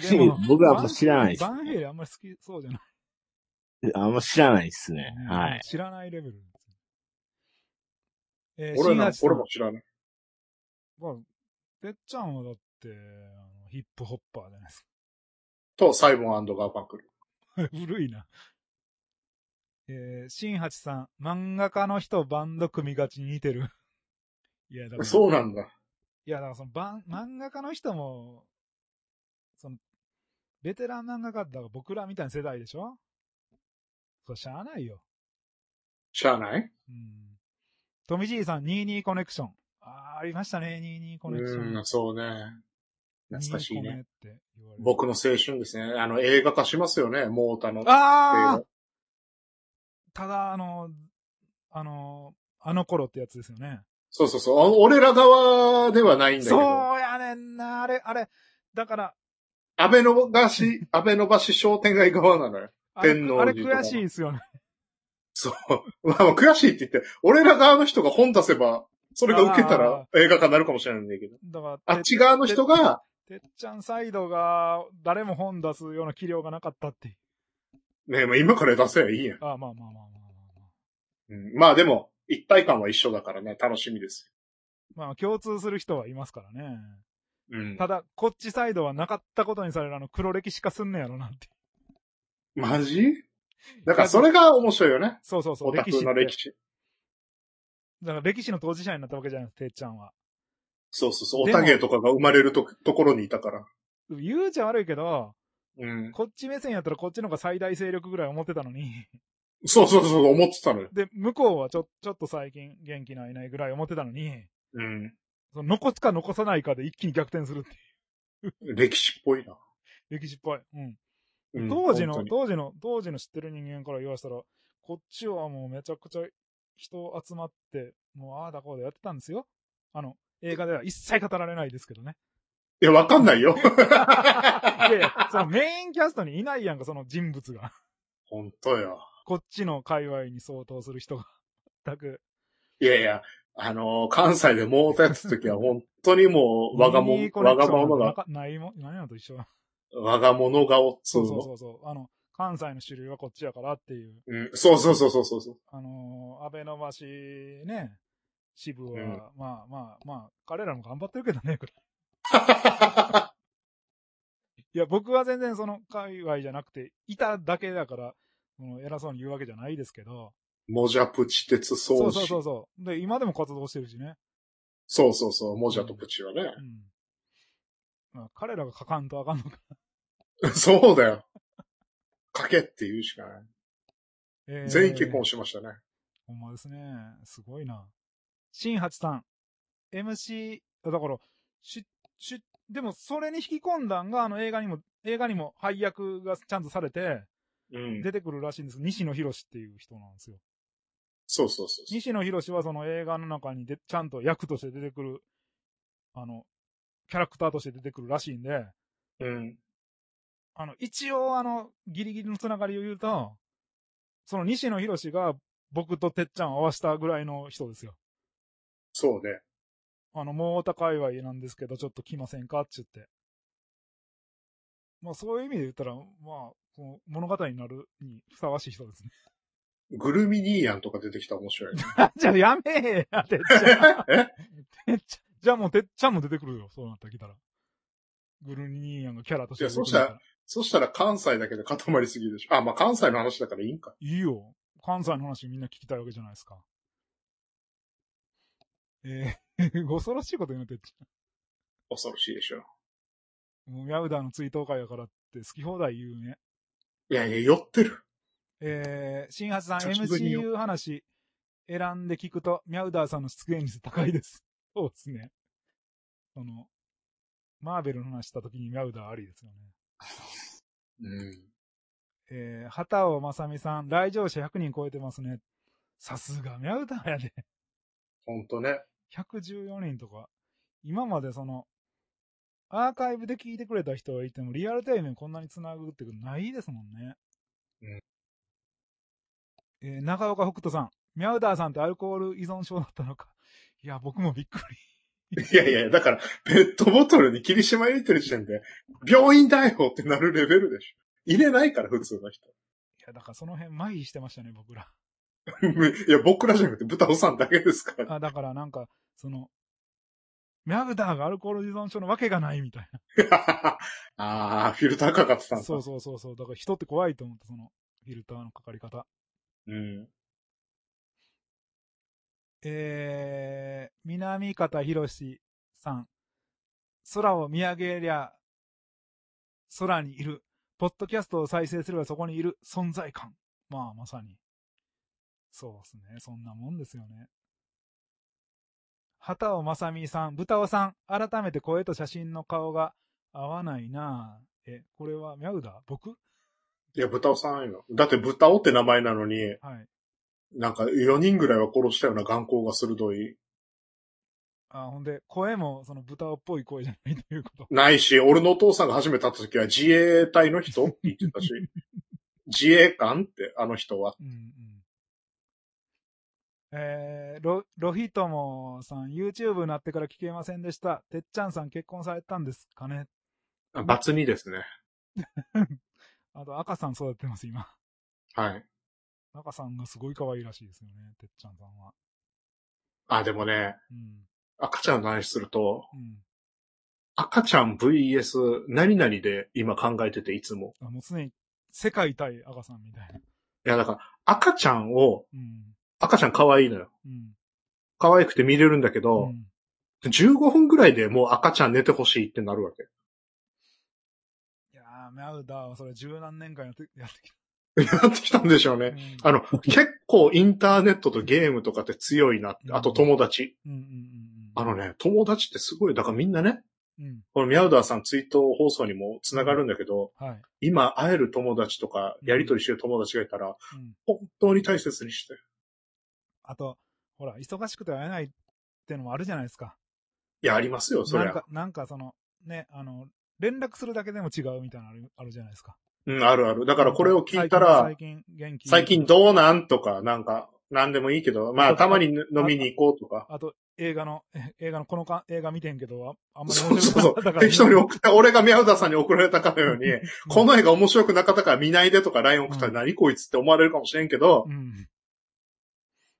[SPEAKER 1] 市でも
[SPEAKER 3] 僕僕はもう知らないです
[SPEAKER 1] バンヘイレンあんまり好きそうじゃない。
[SPEAKER 3] [laughs] あんま知らないですね。はい。
[SPEAKER 1] 知らないレベルですね。えー、
[SPEAKER 2] 俺な
[SPEAKER 1] 新、橋さ
[SPEAKER 2] 俺
[SPEAKER 1] ん
[SPEAKER 2] も知らない。
[SPEAKER 1] まあ、てっちゃんはだって、あのヒップホッパーじゃないですか。
[SPEAKER 2] と、サイモンガーバンクル。
[SPEAKER 1] 古いな。えー、新八さん、漫画家の人バンド組みがちに似てる。いや、だから、
[SPEAKER 2] そうなんだ。
[SPEAKER 1] いや、だからその、ばん漫画家の人も、その、ベテラン漫画家だから僕らみたいな世代でしょそれしゃあないよ。
[SPEAKER 2] しゃあない
[SPEAKER 1] うん。富じいさん、22コネクション。あー、ありましたね、22コ
[SPEAKER 2] う
[SPEAKER 1] ネクション。
[SPEAKER 2] ーん、そうね。懐かし
[SPEAKER 1] 22
[SPEAKER 2] いね。
[SPEAKER 1] コネって言われる。
[SPEAKER 2] 僕の青春ですね。あの、映画化しますよね、モータの。映
[SPEAKER 1] あー
[SPEAKER 2] 画
[SPEAKER 1] ただ、あの、あの、あの頃ってやつですよね。
[SPEAKER 2] そうそうそう。あ俺ら側ではないんだけ
[SPEAKER 1] そう
[SPEAKER 2] ど、
[SPEAKER 1] やねんな、あれ、あれ、だから、
[SPEAKER 2] 安倍の橋、安倍の橋商店街側なのよ。
[SPEAKER 1] あれ
[SPEAKER 2] 天皇
[SPEAKER 1] あれ
[SPEAKER 2] 寺とか
[SPEAKER 1] 悔しいですよね。
[SPEAKER 2] そう。まあ、悔しいって言って、俺ら側の人が本出せば、それが受けたら映画化になるかもしれないんだけど。
[SPEAKER 1] だから、
[SPEAKER 2] あっち側の人が、
[SPEAKER 1] てっちゃんサイドが、誰も本出すような器量がなかったっていう。
[SPEAKER 2] ねまあ今から出せばいいやん。
[SPEAKER 1] ああ、まあまあまあまあまあ
[SPEAKER 2] うん、まあでも、一体感は一緒だからね、楽しみです
[SPEAKER 1] まあ。まあ、共通する人はいますからね。
[SPEAKER 2] よ。うん。
[SPEAKER 1] ただ、こっちサイドはなかったことにされるあの黒歴史化すんねやろなって。
[SPEAKER 2] マジだからそれが面白いよね。
[SPEAKER 1] そうそうそ
[SPEAKER 2] オ
[SPEAKER 1] う、
[SPEAKER 2] タ
[SPEAKER 1] 歴
[SPEAKER 2] ク
[SPEAKER 1] 史って
[SPEAKER 2] の歴史。
[SPEAKER 1] だから歴史の当事者になったわけじゃないです、てっちゃんは。
[SPEAKER 2] そうそうそう。オ
[SPEAKER 1] でも
[SPEAKER 2] タゲとかが生まれるとところにいたから。
[SPEAKER 1] 言うじゃ悪いけど、
[SPEAKER 2] うん。
[SPEAKER 1] こっち目線やったらこっちの方が最大勢力ぐらい思ってたのに。
[SPEAKER 2] そうそうそう、思ってたのよ。
[SPEAKER 1] で、向こうはちょ、ちょっと最近元気ないないぐらい思ってたのに、
[SPEAKER 2] うん。
[SPEAKER 1] その残すか残さないかで一気に逆転するって
[SPEAKER 2] 歴史っぽい
[SPEAKER 1] い
[SPEAKER 2] な。
[SPEAKER 1] う、歴史っぽい。うん。
[SPEAKER 2] うん
[SPEAKER 1] 当時の、
[SPEAKER 2] 本当に
[SPEAKER 1] 当時の、当時の知ってる人間から言わしたら、こっちはもうめちゃくちゃ人集まって、もうああだこうだやってたんですよ。あの、映画では一切語られないですけどね。
[SPEAKER 2] いや、わかんな
[SPEAKER 1] [laughs]
[SPEAKER 2] いよ。
[SPEAKER 1] で、
[SPEAKER 2] [laughs]
[SPEAKER 1] そのメインキャストにいないやんか、その人物が。
[SPEAKER 2] 本当よ。
[SPEAKER 1] こっちの界隈に相当する人が。全く。
[SPEAKER 2] いやいや、あのー関西でもうたやつ時は本当にもう、わがも
[SPEAKER 1] いい
[SPEAKER 2] ん、
[SPEAKER 1] コネ
[SPEAKER 2] わ
[SPEAKER 1] クシ
[SPEAKER 2] が
[SPEAKER 1] ョン
[SPEAKER 2] まま
[SPEAKER 1] なん
[SPEAKER 2] が、
[SPEAKER 1] てなかないもん、何やのと一緒
[SPEAKER 2] わが物顔っつ
[SPEAKER 1] そうう
[SPEAKER 2] の。
[SPEAKER 1] そうそうそう。あの、関西の主流はこっちやからっていう。
[SPEAKER 2] うん、そうそうそうそうそ
[SPEAKER 1] [laughs]
[SPEAKER 2] うそう。
[SPEAKER 1] あのー、安倍の橋ね、支部は、
[SPEAKER 2] うん
[SPEAKER 1] まあまあまあ、彼らも頑張ってるけどね、これいや、僕は全然その界隈じゃなくて、いただけだから、その偉そうに言うわけじゃないですけど。
[SPEAKER 2] もじゃプチ鉄
[SPEAKER 1] そ
[SPEAKER 2] 掃
[SPEAKER 1] うそうそう
[SPEAKER 2] 除。
[SPEAKER 1] そう。で、今でも活動してるしね。
[SPEAKER 2] そうそうそう、もじゃとプチはね
[SPEAKER 1] う。ん。まあ、彼らが書かんとあかんのか。 [laughs]
[SPEAKER 2] そうだよ。かけって言うしかない。
[SPEAKER 1] えー
[SPEAKER 2] 全員結婚しましたね。
[SPEAKER 1] ほんまですね。すごいな。新八さん。MC だから、し、し、でもそれに引き込んだんが、あの映画にも、映画にも配役がちゃんとされて、
[SPEAKER 2] うん。
[SPEAKER 1] 出てくるらしいんです。西野博っていう人なんですよ。
[SPEAKER 2] そうそうそうそう。
[SPEAKER 1] 西野博はその映画の中にでちゃんと役として出てくる、あの、キャラクターとして出てくるらしいんで、
[SPEAKER 2] うん。
[SPEAKER 1] あの、一応あの、ギリギリのつながりを言うと、その西野博が僕とてっちゃんを合わせたぐらいの人ですよ。
[SPEAKER 2] そうね。
[SPEAKER 1] あの、もう大高いわなんですけど、ちょっと来ませんかって言って。まあそういう意味で言ったら、まあ、こう物語になるにふさわしい人ですね。
[SPEAKER 2] グルミニーヤンとか出てきたら面白いね。
[SPEAKER 1] じゃあやめえや、てっちゃん。てっちゃん。じゃあもうてっちゃんも出てくるよ、そうなってきたら。グルニーヤンがキャラとして出てくるんだら
[SPEAKER 2] いやそしたら関西だけで固まりすぎるでしょ。あ、まあ関西の話だからいいんか。
[SPEAKER 1] いいよ。関西の話みんな聞きたいわけじゃないですか。えー、 [laughs] 恐ろしいことになってっちゃ
[SPEAKER 2] 恐ろしいでしょ。
[SPEAKER 1] う。もうヤウダーの追悼会やからって好き放題言うね。
[SPEAKER 2] いやいや、酔ってる。
[SPEAKER 1] えー、新八さん
[SPEAKER 2] 久しぶりによ
[SPEAKER 1] MCU 話選んで聞くと、ミャウダーさんの出現率高いです。そうですね。その、マーベルの話した時にミャウダーありですよね。
[SPEAKER 2] うん。
[SPEAKER 1] えー、畑尾正美さん、来場者100人超えてますね。さすがミャウダーやで。 [laughs]
[SPEAKER 2] ほんとね。
[SPEAKER 1] 114人とか、今までその、アーカイブで聞いてくれた人がいても、リアルタイムにこんなに繋ぐってことないですもんね。
[SPEAKER 2] うん
[SPEAKER 1] えー中岡北斗さん、ミャウダーさんってアルコール依存症だったのか。 [laughs] いや、僕もびっくり。
[SPEAKER 2] い
[SPEAKER 1] [laughs]
[SPEAKER 2] やいや、だから、ペットボトルに霧島入れてる時点で、病院だよってなるレベルでしょ。入れないから、普通の人。 [laughs]
[SPEAKER 1] いや、だからその辺、麻痺してましたね、僕ら。
[SPEAKER 2] いや、僕らじゃなくて、豚尾さんだけですから。
[SPEAKER 1] あ、だからなんか、その、ミャウダーがアルコール依存症のわけがないみたい
[SPEAKER 2] あ [laughs] あー、フィルターかかってたん
[SPEAKER 1] な。
[SPEAKER 2] だ。
[SPEAKER 1] そうそうそうそう。だから人って怖いと思った、その、フィルターのかかり方。
[SPEAKER 2] うん。
[SPEAKER 1] えー、南方博さん。空を見上げりゃ、空にいる。ポッドキャストを再生すればそこにいる存在感。まあ、まさに。そうですね。そんなもんですよね。畑尾正美さん、豚尾さん、改めて声と写真の顔が合わないなぁえ、これはミャウダー僕
[SPEAKER 2] いや、豚尾さんよ。だって、豚尾って名前なのに、
[SPEAKER 1] はい。
[SPEAKER 2] なんか、4人ぐらいは殺したような眼光が鋭い。
[SPEAKER 1] あ、ほんで、声もその豚尾っぽい声じゃないということ。 [laughs]
[SPEAKER 2] ないし、俺のお父さんが初めて会った時は、自衛隊の人って言って [laughs] たし、自衛官って、あの人は。
[SPEAKER 1] うんうん。えー、ロ、ロヒトモさん、YouTube になってから聞けませんでした。てっちゃんさん結婚されたんですかね
[SPEAKER 2] あバツ2ですね。
[SPEAKER 1] あと、赤さん育ててます、今。 [laughs]
[SPEAKER 2] はい。
[SPEAKER 1] 赤さんがすごい可愛いらしいですよね、てっちゃんさんは。
[SPEAKER 2] あ、でもね、
[SPEAKER 1] うん。
[SPEAKER 2] 赤ちゃんの話すると、
[SPEAKER 1] うん。
[SPEAKER 2] 赤ちゃん VS 何々で今考えてて、いつも。
[SPEAKER 1] あもう常に、世界対赤さんみたいな。
[SPEAKER 2] いや、だから、赤ちゃんを、
[SPEAKER 1] うん。
[SPEAKER 2] 赤ちゃん可愛いのよ。
[SPEAKER 1] うん。
[SPEAKER 2] 可愛くて見れるんだけ
[SPEAKER 1] う
[SPEAKER 2] ど、
[SPEAKER 1] ん。
[SPEAKER 2] 15分ぐらいでもう赤ちゃん寝てほしいってなるわけ。 [laughs]
[SPEAKER 1] いやー、ミャウダーはそれ十何年間やって、やってき
[SPEAKER 2] なってきたんでしょう
[SPEAKER 1] た。う
[SPEAKER 2] ね。
[SPEAKER 1] ん [laughs]
[SPEAKER 2] あの、結構インターネットとゲームとかって強いなって、あと友達。
[SPEAKER 1] うんうんうんうん。
[SPEAKER 2] あのね、友達ってすごい、だからみんなね、
[SPEAKER 1] うん。
[SPEAKER 2] このミャウダーさん追悼放送にも繋がるんだけど、
[SPEAKER 1] はい。
[SPEAKER 2] 今会える友達とか、やりとりしてる友達がいたら、
[SPEAKER 1] うん。
[SPEAKER 2] 本当に大切にして。
[SPEAKER 1] あと、ほら、忙しくて会えないってのもあるじゃないですか。
[SPEAKER 2] いや、ありますよ、そり
[SPEAKER 1] なん
[SPEAKER 2] ゃ
[SPEAKER 1] か。、なんかその、ね、あの、連絡するだけでも違うみたいなのあるあるじゃないですか。
[SPEAKER 2] うん、あるある。だからこれを聞いたら
[SPEAKER 1] 最、近最近元気。
[SPEAKER 2] 最近どうなんとか、なんか、なんでもいいけど、まあ、たまに飲みに行こうとか。
[SPEAKER 1] あと、映画の、 [laughs] え映画のこのか映画見てんけど、ああんまり
[SPEAKER 2] そう
[SPEAKER 1] 面白
[SPEAKER 2] そう
[SPEAKER 1] くな [laughs] か
[SPEAKER 2] そ
[SPEAKER 1] った
[SPEAKER 2] う。
[SPEAKER 1] から
[SPEAKER 2] 適当に送った、俺が宮田さんに送られたかのように、この
[SPEAKER 1] 絵、
[SPEAKER 2] 映画面白くなかったから見ないでとか LINE 送ったら
[SPEAKER 1] うん
[SPEAKER 2] 何こいつって思われるかもしれんけど
[SPEAKER 1] う、ん。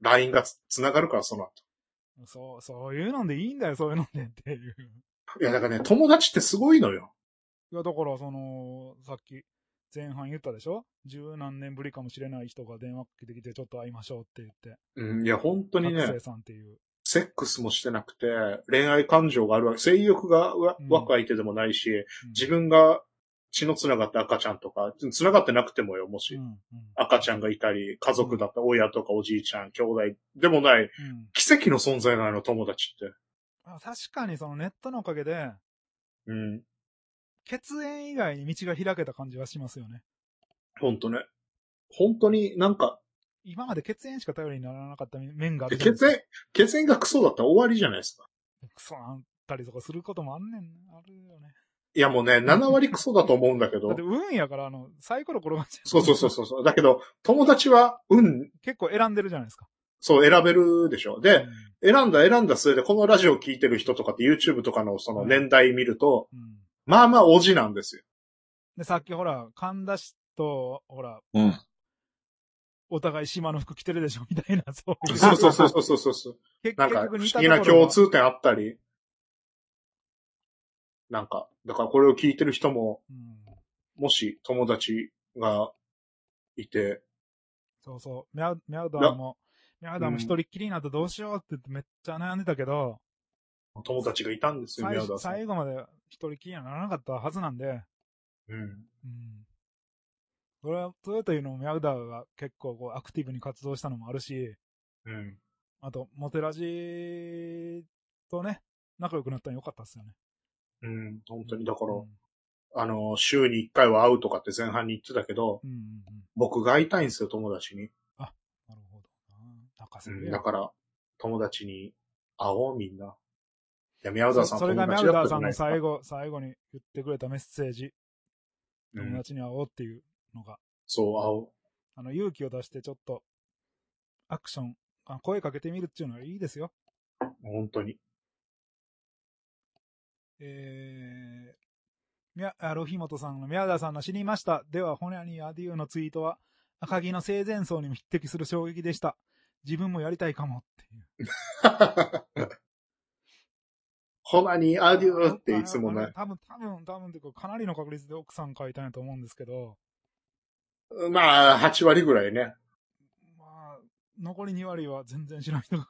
[SPEAKER 2] LINE がつ繋がるから、その後。
[SPEAKER 1] そう、そういうのでいいんだよ、そういうのでっていう。
[SPEAKER 2] いや、だからね、友達ってすごいのよ。
[SPEAKER 1] いや、だから、その、さっき、前半言ったでしょ十何年ぶりかもしれない人が電話かけてきて、ちょっと会いましょうって言って。
[SPEAKER 2] うん、いや、本当に
[SPEAKER 1] 学
[SPEAKER 2] ね
[SPEAKER 1] 生、さんっていう。
[SPEAKER 2] セックスもしてなくて、恋愛感情があるわけ。性欲がわ
[SPEAKER 1] うん
[SPEAKER 2] 湧く相手でもないし、
[SPEAKER 1] うん
[SPEAKER 2] 自分が血の繋がった赤ちゃんとか、繋がってなくてもよ、もし。
[SPEAKER 1] うん、
[SPEAKER 2] 赤ちゃんがいたり、家族だった、親とかおじいちゃん、兄弟でもな
[SPEAKER 1] うん。
[SPEAKER 2] い、
[SPEAKER 1] うん
[SPEAKER 2] 奇跡の存在なの、友達って。
[SPEAKER 1] あ確かにそのネットのおかげで、
[SPEAKER 2] うん。
[SPEAKER 1] 血縁以外に道が開けた感じはしますよね。
[SPEAKER 2] ほんとね。本当になんか、
[SPEAKER 1] 今まで血縁しか頼りにならなかった面があるじゃないです
[SPEAKER 2] 血
[SPEAKER 1] か
[SPEAKER 2] 縁、血縁がクソだったら終わりじゃないですか。
[SPEAKER 1] クソあったりとかすることもあんねん、あるよね。
[SPEAKER 2] いやもうね、7割クソだと思うんだけ
[SPEAKER 1] だっ
[SPEAKER 2] ど
[SPEAKER 1] て、運やから、あの、サイコロ転がっちゃう。
[SPEAKER 2] そうそうそうそうそう。だけど、友達は、うん、
[SPEAKER 1] 結構選んでるじゃないですか。
[SPEAKER 2] そう選べるでしょ。
[SPEAKER 1] う
[SPEAKER 2] で、
[SPEAKER 1] ん
[SPEAKER 2] 選んだ選んだ末で、このラジオ聞いてる人とかって YouTube とかのその年代見ると、
[SPEAKER 1] うん。
[SPEAKER 2] まあまあおじなんですよ。
[SPEAKER 1] で、さっきほら、神田氏と、ほら、
[SPEAKER 3] うん。
[SPEAKER 1] お互い島の服着てるでしょ、みたいな、 [laughs] そういう。
[SPEAKER 2] そうそうそうそうそうそう。
[SPEAKER 1] 結
[SPEAKER 2] なんか
[SPEAKER 1] 結
[SPEAKER 2] 不
[SPEAKER 1] 局
[SPEAKER 2] 思
[SPEAKER 1] 似た
[SPEAKER 2] 議な
[SPEAKER 1] ところ
[SPEAKER 2] 共
[SPEAKER 1] が
[SPEAKER 2] 通点あったり、なんか、だからこれを聞いてる人も、
[SPEAKER 1] うん。
[SPEAKER 2] もし友達がいて、
[SPEAKER 1] そうそう。ミャウミャウダーも、ミャウダーも一人っきりになってどうしようって言ってめっちゃ悩んでたけど、
[SPEAKER 2] 友達がいたんですよ、
[SPEAKER 1] 最
[SPEAKER 2] 宮田さん。
[SPEAKER 1] 最後まで一人っきりにはならなかったはずなんで、
[SPEAKER 2] うん。
[SPEAKER 1] うん。それは、それというのもミャウダーが結構こうアクティブに活動したのもあるし、
[SPEAKER 2] うん。
[SPEAKER 1] あと、モテラジとね、仲良くなったの良かったっすよね。
[SPEAKER 2] うん。本当に、だから、
[SPEAKER 1] うん
[SPEAKER 2] あの、週に1回は会うとかって前半に言ってたけど、
[SPEAKER 1] うんうんうん。
[SPEAKER 2] 僕が会いたいんですよ、友達に。
[SPEAKER 1] なるほどな。泣かせ
[SPEAKER 2] う
[SPEAKER 1] る
[SPEAKER 2] ん。
[SPEAKER 1] やん
[SPEAKER 2] だから、友達に会おう、みんな。いや、宮田さん
[SPEAKER 1] そそれがミャ
[SPEAKER 2] 友達
[SPEAKER 1] ウ
[SPEAKER 2] だ
[SPEAKER 1] ダ
[SPEAKER 2] っ
[SPEAKER 1] ーさ
[SPEAKER 2] たじゃ
[SPEAKER 1] ん
[SPEAKER 2] な
[SPEAKER 1] の
[SPEAKER 2] いですか
[SPEAKER 1] 最後、最後に言ってくれたメッセージ、
[SPEAKER 2] うん
[SPEAKER 1] 友達に会おうっていうのが、
[SPEAKER 2] そう、会おう。
[SPEAKER 1] あの、勇気を出してちょっと、アクション、あ声かけてみるっていうのはいいですよ。
[SPEAKER 2] 本当に。
[SPEAKER 1] えー、みや、あロヒモトさんのミャウダーさんの死にました。では、ホニャにアデューのツイートは、赤木の生前葬にも匹敵する衝撃でした。自分もやりたいかもっていう。
[SPEAKER 2] [laughs] ほなに、アデューっていつも
[SPEAKER 1] あの
[SPEAKER 2] ね。
[SPEAKER 1] 多分、多分、多分っていうか、かなりの確率で奥さん書いたんやと思うんですけど、
[SPEAKER 2] まあ、8割ぐらいね。 [laughs]
[SPEAKER 1] まあ、残り2割は全然知らない人が。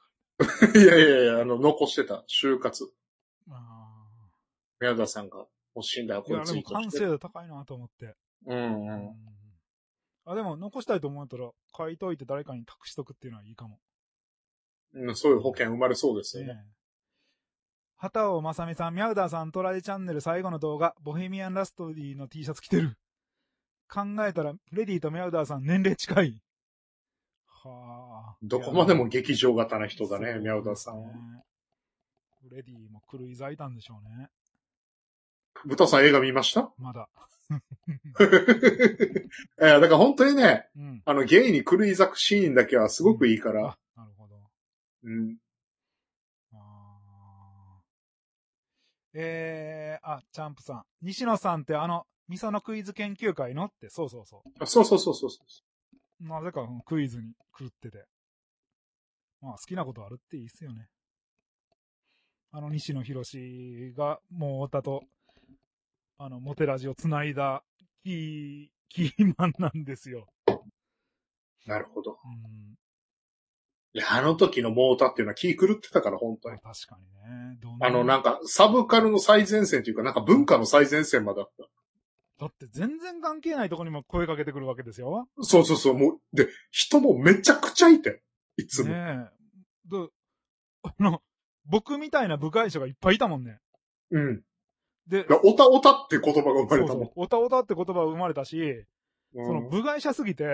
[SPEAKER 2] いやいやいや、あの、残してた、就活。
[SPEAKER 1] まあ、
[SPEAKER 2] 宮田さんが欲しいんだ、
[SPEAKER 1] い
[SPEAKER 2] こ
[SPEAKER 1] や、
[SPEAKER 2] れ
[SPEAKER 1] で
[SPEAKER 2] ツ
[SPEAKER 1] も
[SPEAKER 2] イート
[SPEAKER 1] 完
[SPEAKER 2] して
[SPEAKER 1] 成。度高いなと思って。う
[SPEAKER 2] うんうん
[SPEAKER 1] ん。あ、でも残したいと思ったら、書いといて誰かに託しとくっていうのはいいかも。
[SPEAKER 2] うん、そういう保険生まれそうですよね。
[SPEAKER 1] ねえ畑尾正美さん、ミャウダーさん、トラジチャンネル最後の動画、ボヘミアン・ラストディの T シャツ着てる。考えたら、レディとミャウダーさん年齢近い。はあ。
[SPEAKER 2] どこまでも
[SPEAKER 1] いや
[SPEAKER 2] 劇場型な人だね、宮田さ
[SPEAKER 1] そ
[SPEAKER 2] ん
[SPEAKER 1] う
[SPEAKER 2] は
[SPEAKER 1] です。ねレディも狂い咲いたんでしょうね。
[SPEAKER 2] ブタさん映画見ました [laughs]
[SPEAKER 1] まだ。
[SPEAKER 2] えーだから本当にね、
[SPEAKER 1] うん。
[SPEAKER 2] あの、ゲイに狂い咲くシーンだけはすごくいいから
[SPEAKER 1] あ、、なるほど。
[SPEAKER 2] うん。
[SPEAKER 1] あーえー、あ、チャンプさん。西野さんってあの、味噌のクイズ研究会のって、そうそうそ。
[SPEAKER 2] あそうそうそうそうそう
[SPEAKER 1] なぜかうんクイズに狂ってて。まあ、好きなことあるっていいっすよね。あの、西野博士が、もう、太田と、あの、モテラジを繋いだ、キー、キーマンなんですよ。
[SPEAKER 2] う。なるほど。
[SPEAKER 1] うん。
[SPEAKER 2] いや、あの時のモータっていうのは気狂ってたから、本当
[SPEAKER 1] ま
[SPEAKER 2] に
[SPEAKER 1] あ。確かにね。どん
[SPEAKER 2] あの、なんか、サブカルの最前線というか、なんか文化の最前線まであった。
[SPEAKER 1] だって全然関係ないとこにも声かけてくるわけですよ。
[SPEAKER 2] そうそうそう、もう、で、人もめちゃくちゃいて、いつも。
[SPEAKER 1] ねえ。どあの、僕みたいな部外者がいっぱいいたもんね。
[SPEAKER 2] うん。
[SPEAKER 1] で
[SPEAKER 2] だ、からオタオタって言葉が生
[SPEAKER 1] そ
[SPEAKER 2] まれ
[SPEAKER 1] う
[SPEAKER 2] た
[SPEAKER 1] そ
[SPEAKER 2] もん
[SPEAKER 1] う。オタオタって言葉は生まれたし、その部外者すぎて、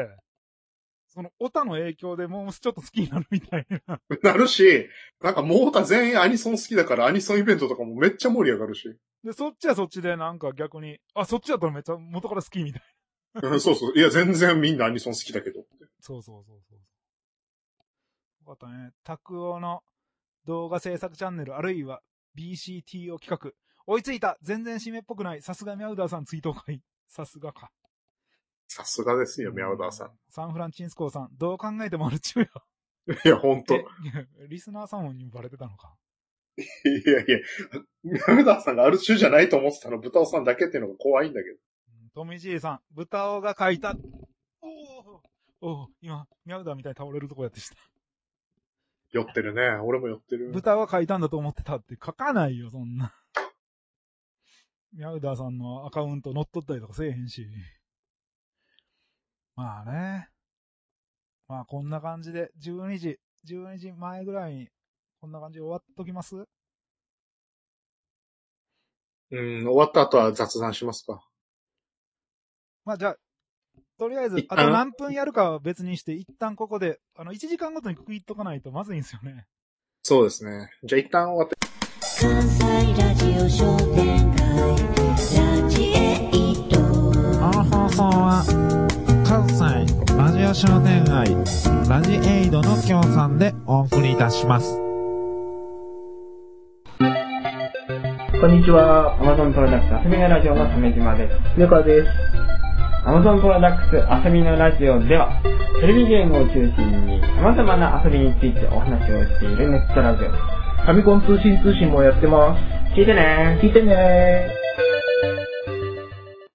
[SPEAKER 1] そのオタの影響でもうちょっと好きになるみたいな。
[SPEAKER 2] うんなるし、なんかモータ全員アニソン好きだから、アニソンイベントとかもめっちゃ盛り上が
[SPEAKER 1] [laughs]
[SPEAKER 2] るし。
[SPEAKER 1] で、そっちはそっちでなんか逆に、あ、そっちだったらめっちゃ元から好きみたいな。
[SPEAKER 2] うんそうそう。いや、全然みんなアニソン好きだけど。
[SPEAKER 1] そうそうそうそう。よかったね。拓オの動画制作チャンネルあるいは BCTO 企画。追いついた全然締めっぽくないさすがミャウダーさん追悼会。さすがか。
[SPEAKER 2] さすがですよ、ミャウダーさん。
[SPEAKER 1] サンフランチンスコーさん、どう考えてもマルチよ。
[SPEAKER 2] いや、ほんと。い
[SPEAKER 1] えリスナーさんにもバレてたのか。
[SPEAKER 2] やいや、ミャウダーさんがアル中じゃないと思ってたの、ブタオさんだけっていうのが怖いんだけど。
[SPEAKER 1] うんトミジーさん、豚尾が書いた。おおおー今、ミャウダーみたいに倒れるとこやってした。
[SPEAKER 2] 酔ってるね。俺も酔ってる。
[SPEAKER 1] 豚は書いたんだと思ってたって書かないよ、そんな。ミャウダーさんのアカウント乗っ取ったりとかせえへんし。まあね。まあこんな感じで、12時、12時前ぐらいに、こんな感じで終わっときます
[SPEAKER 2] うん、終わった後は雑談しますか。
[SPEAKER 1] まあじゃあ、とりあえず
[SPEAKER 2] 一、
[SPEAKER 1] あ
[SPEAKER 2] 旦
[SPEAKER 1] と何分やるかは別にして、一旦ここで、あの、1時間ごとに区切っとかないとまずいんですよね。
[SPEAKER 2] そうですね。じゃあ一旦終わって。
[SPEAKER 4] 関西ラジオ商店街ラジエイト
[SPEAKER 1] この放送は、関西ラジオ商店街、ラジエイドの協賛でお送りいたします。
[SPEAKER 5] こんにちは。
[SPEAKER 6] アマゾンプロダクツ遊びのラジオの鮫島です。
[SPEAKER 5] 宮川です。
[SPEAKER 6] アマゾンプロダクツ遊びのラジオでは、テレビゲームを中心に様々な遊びについてお話をしているネットラジオで。
[SPEAKER 5] ファミコン通信通信もやってます
[SPEAKER 6] 聞いてね
[SPEAKER 5] す。聞いてねー。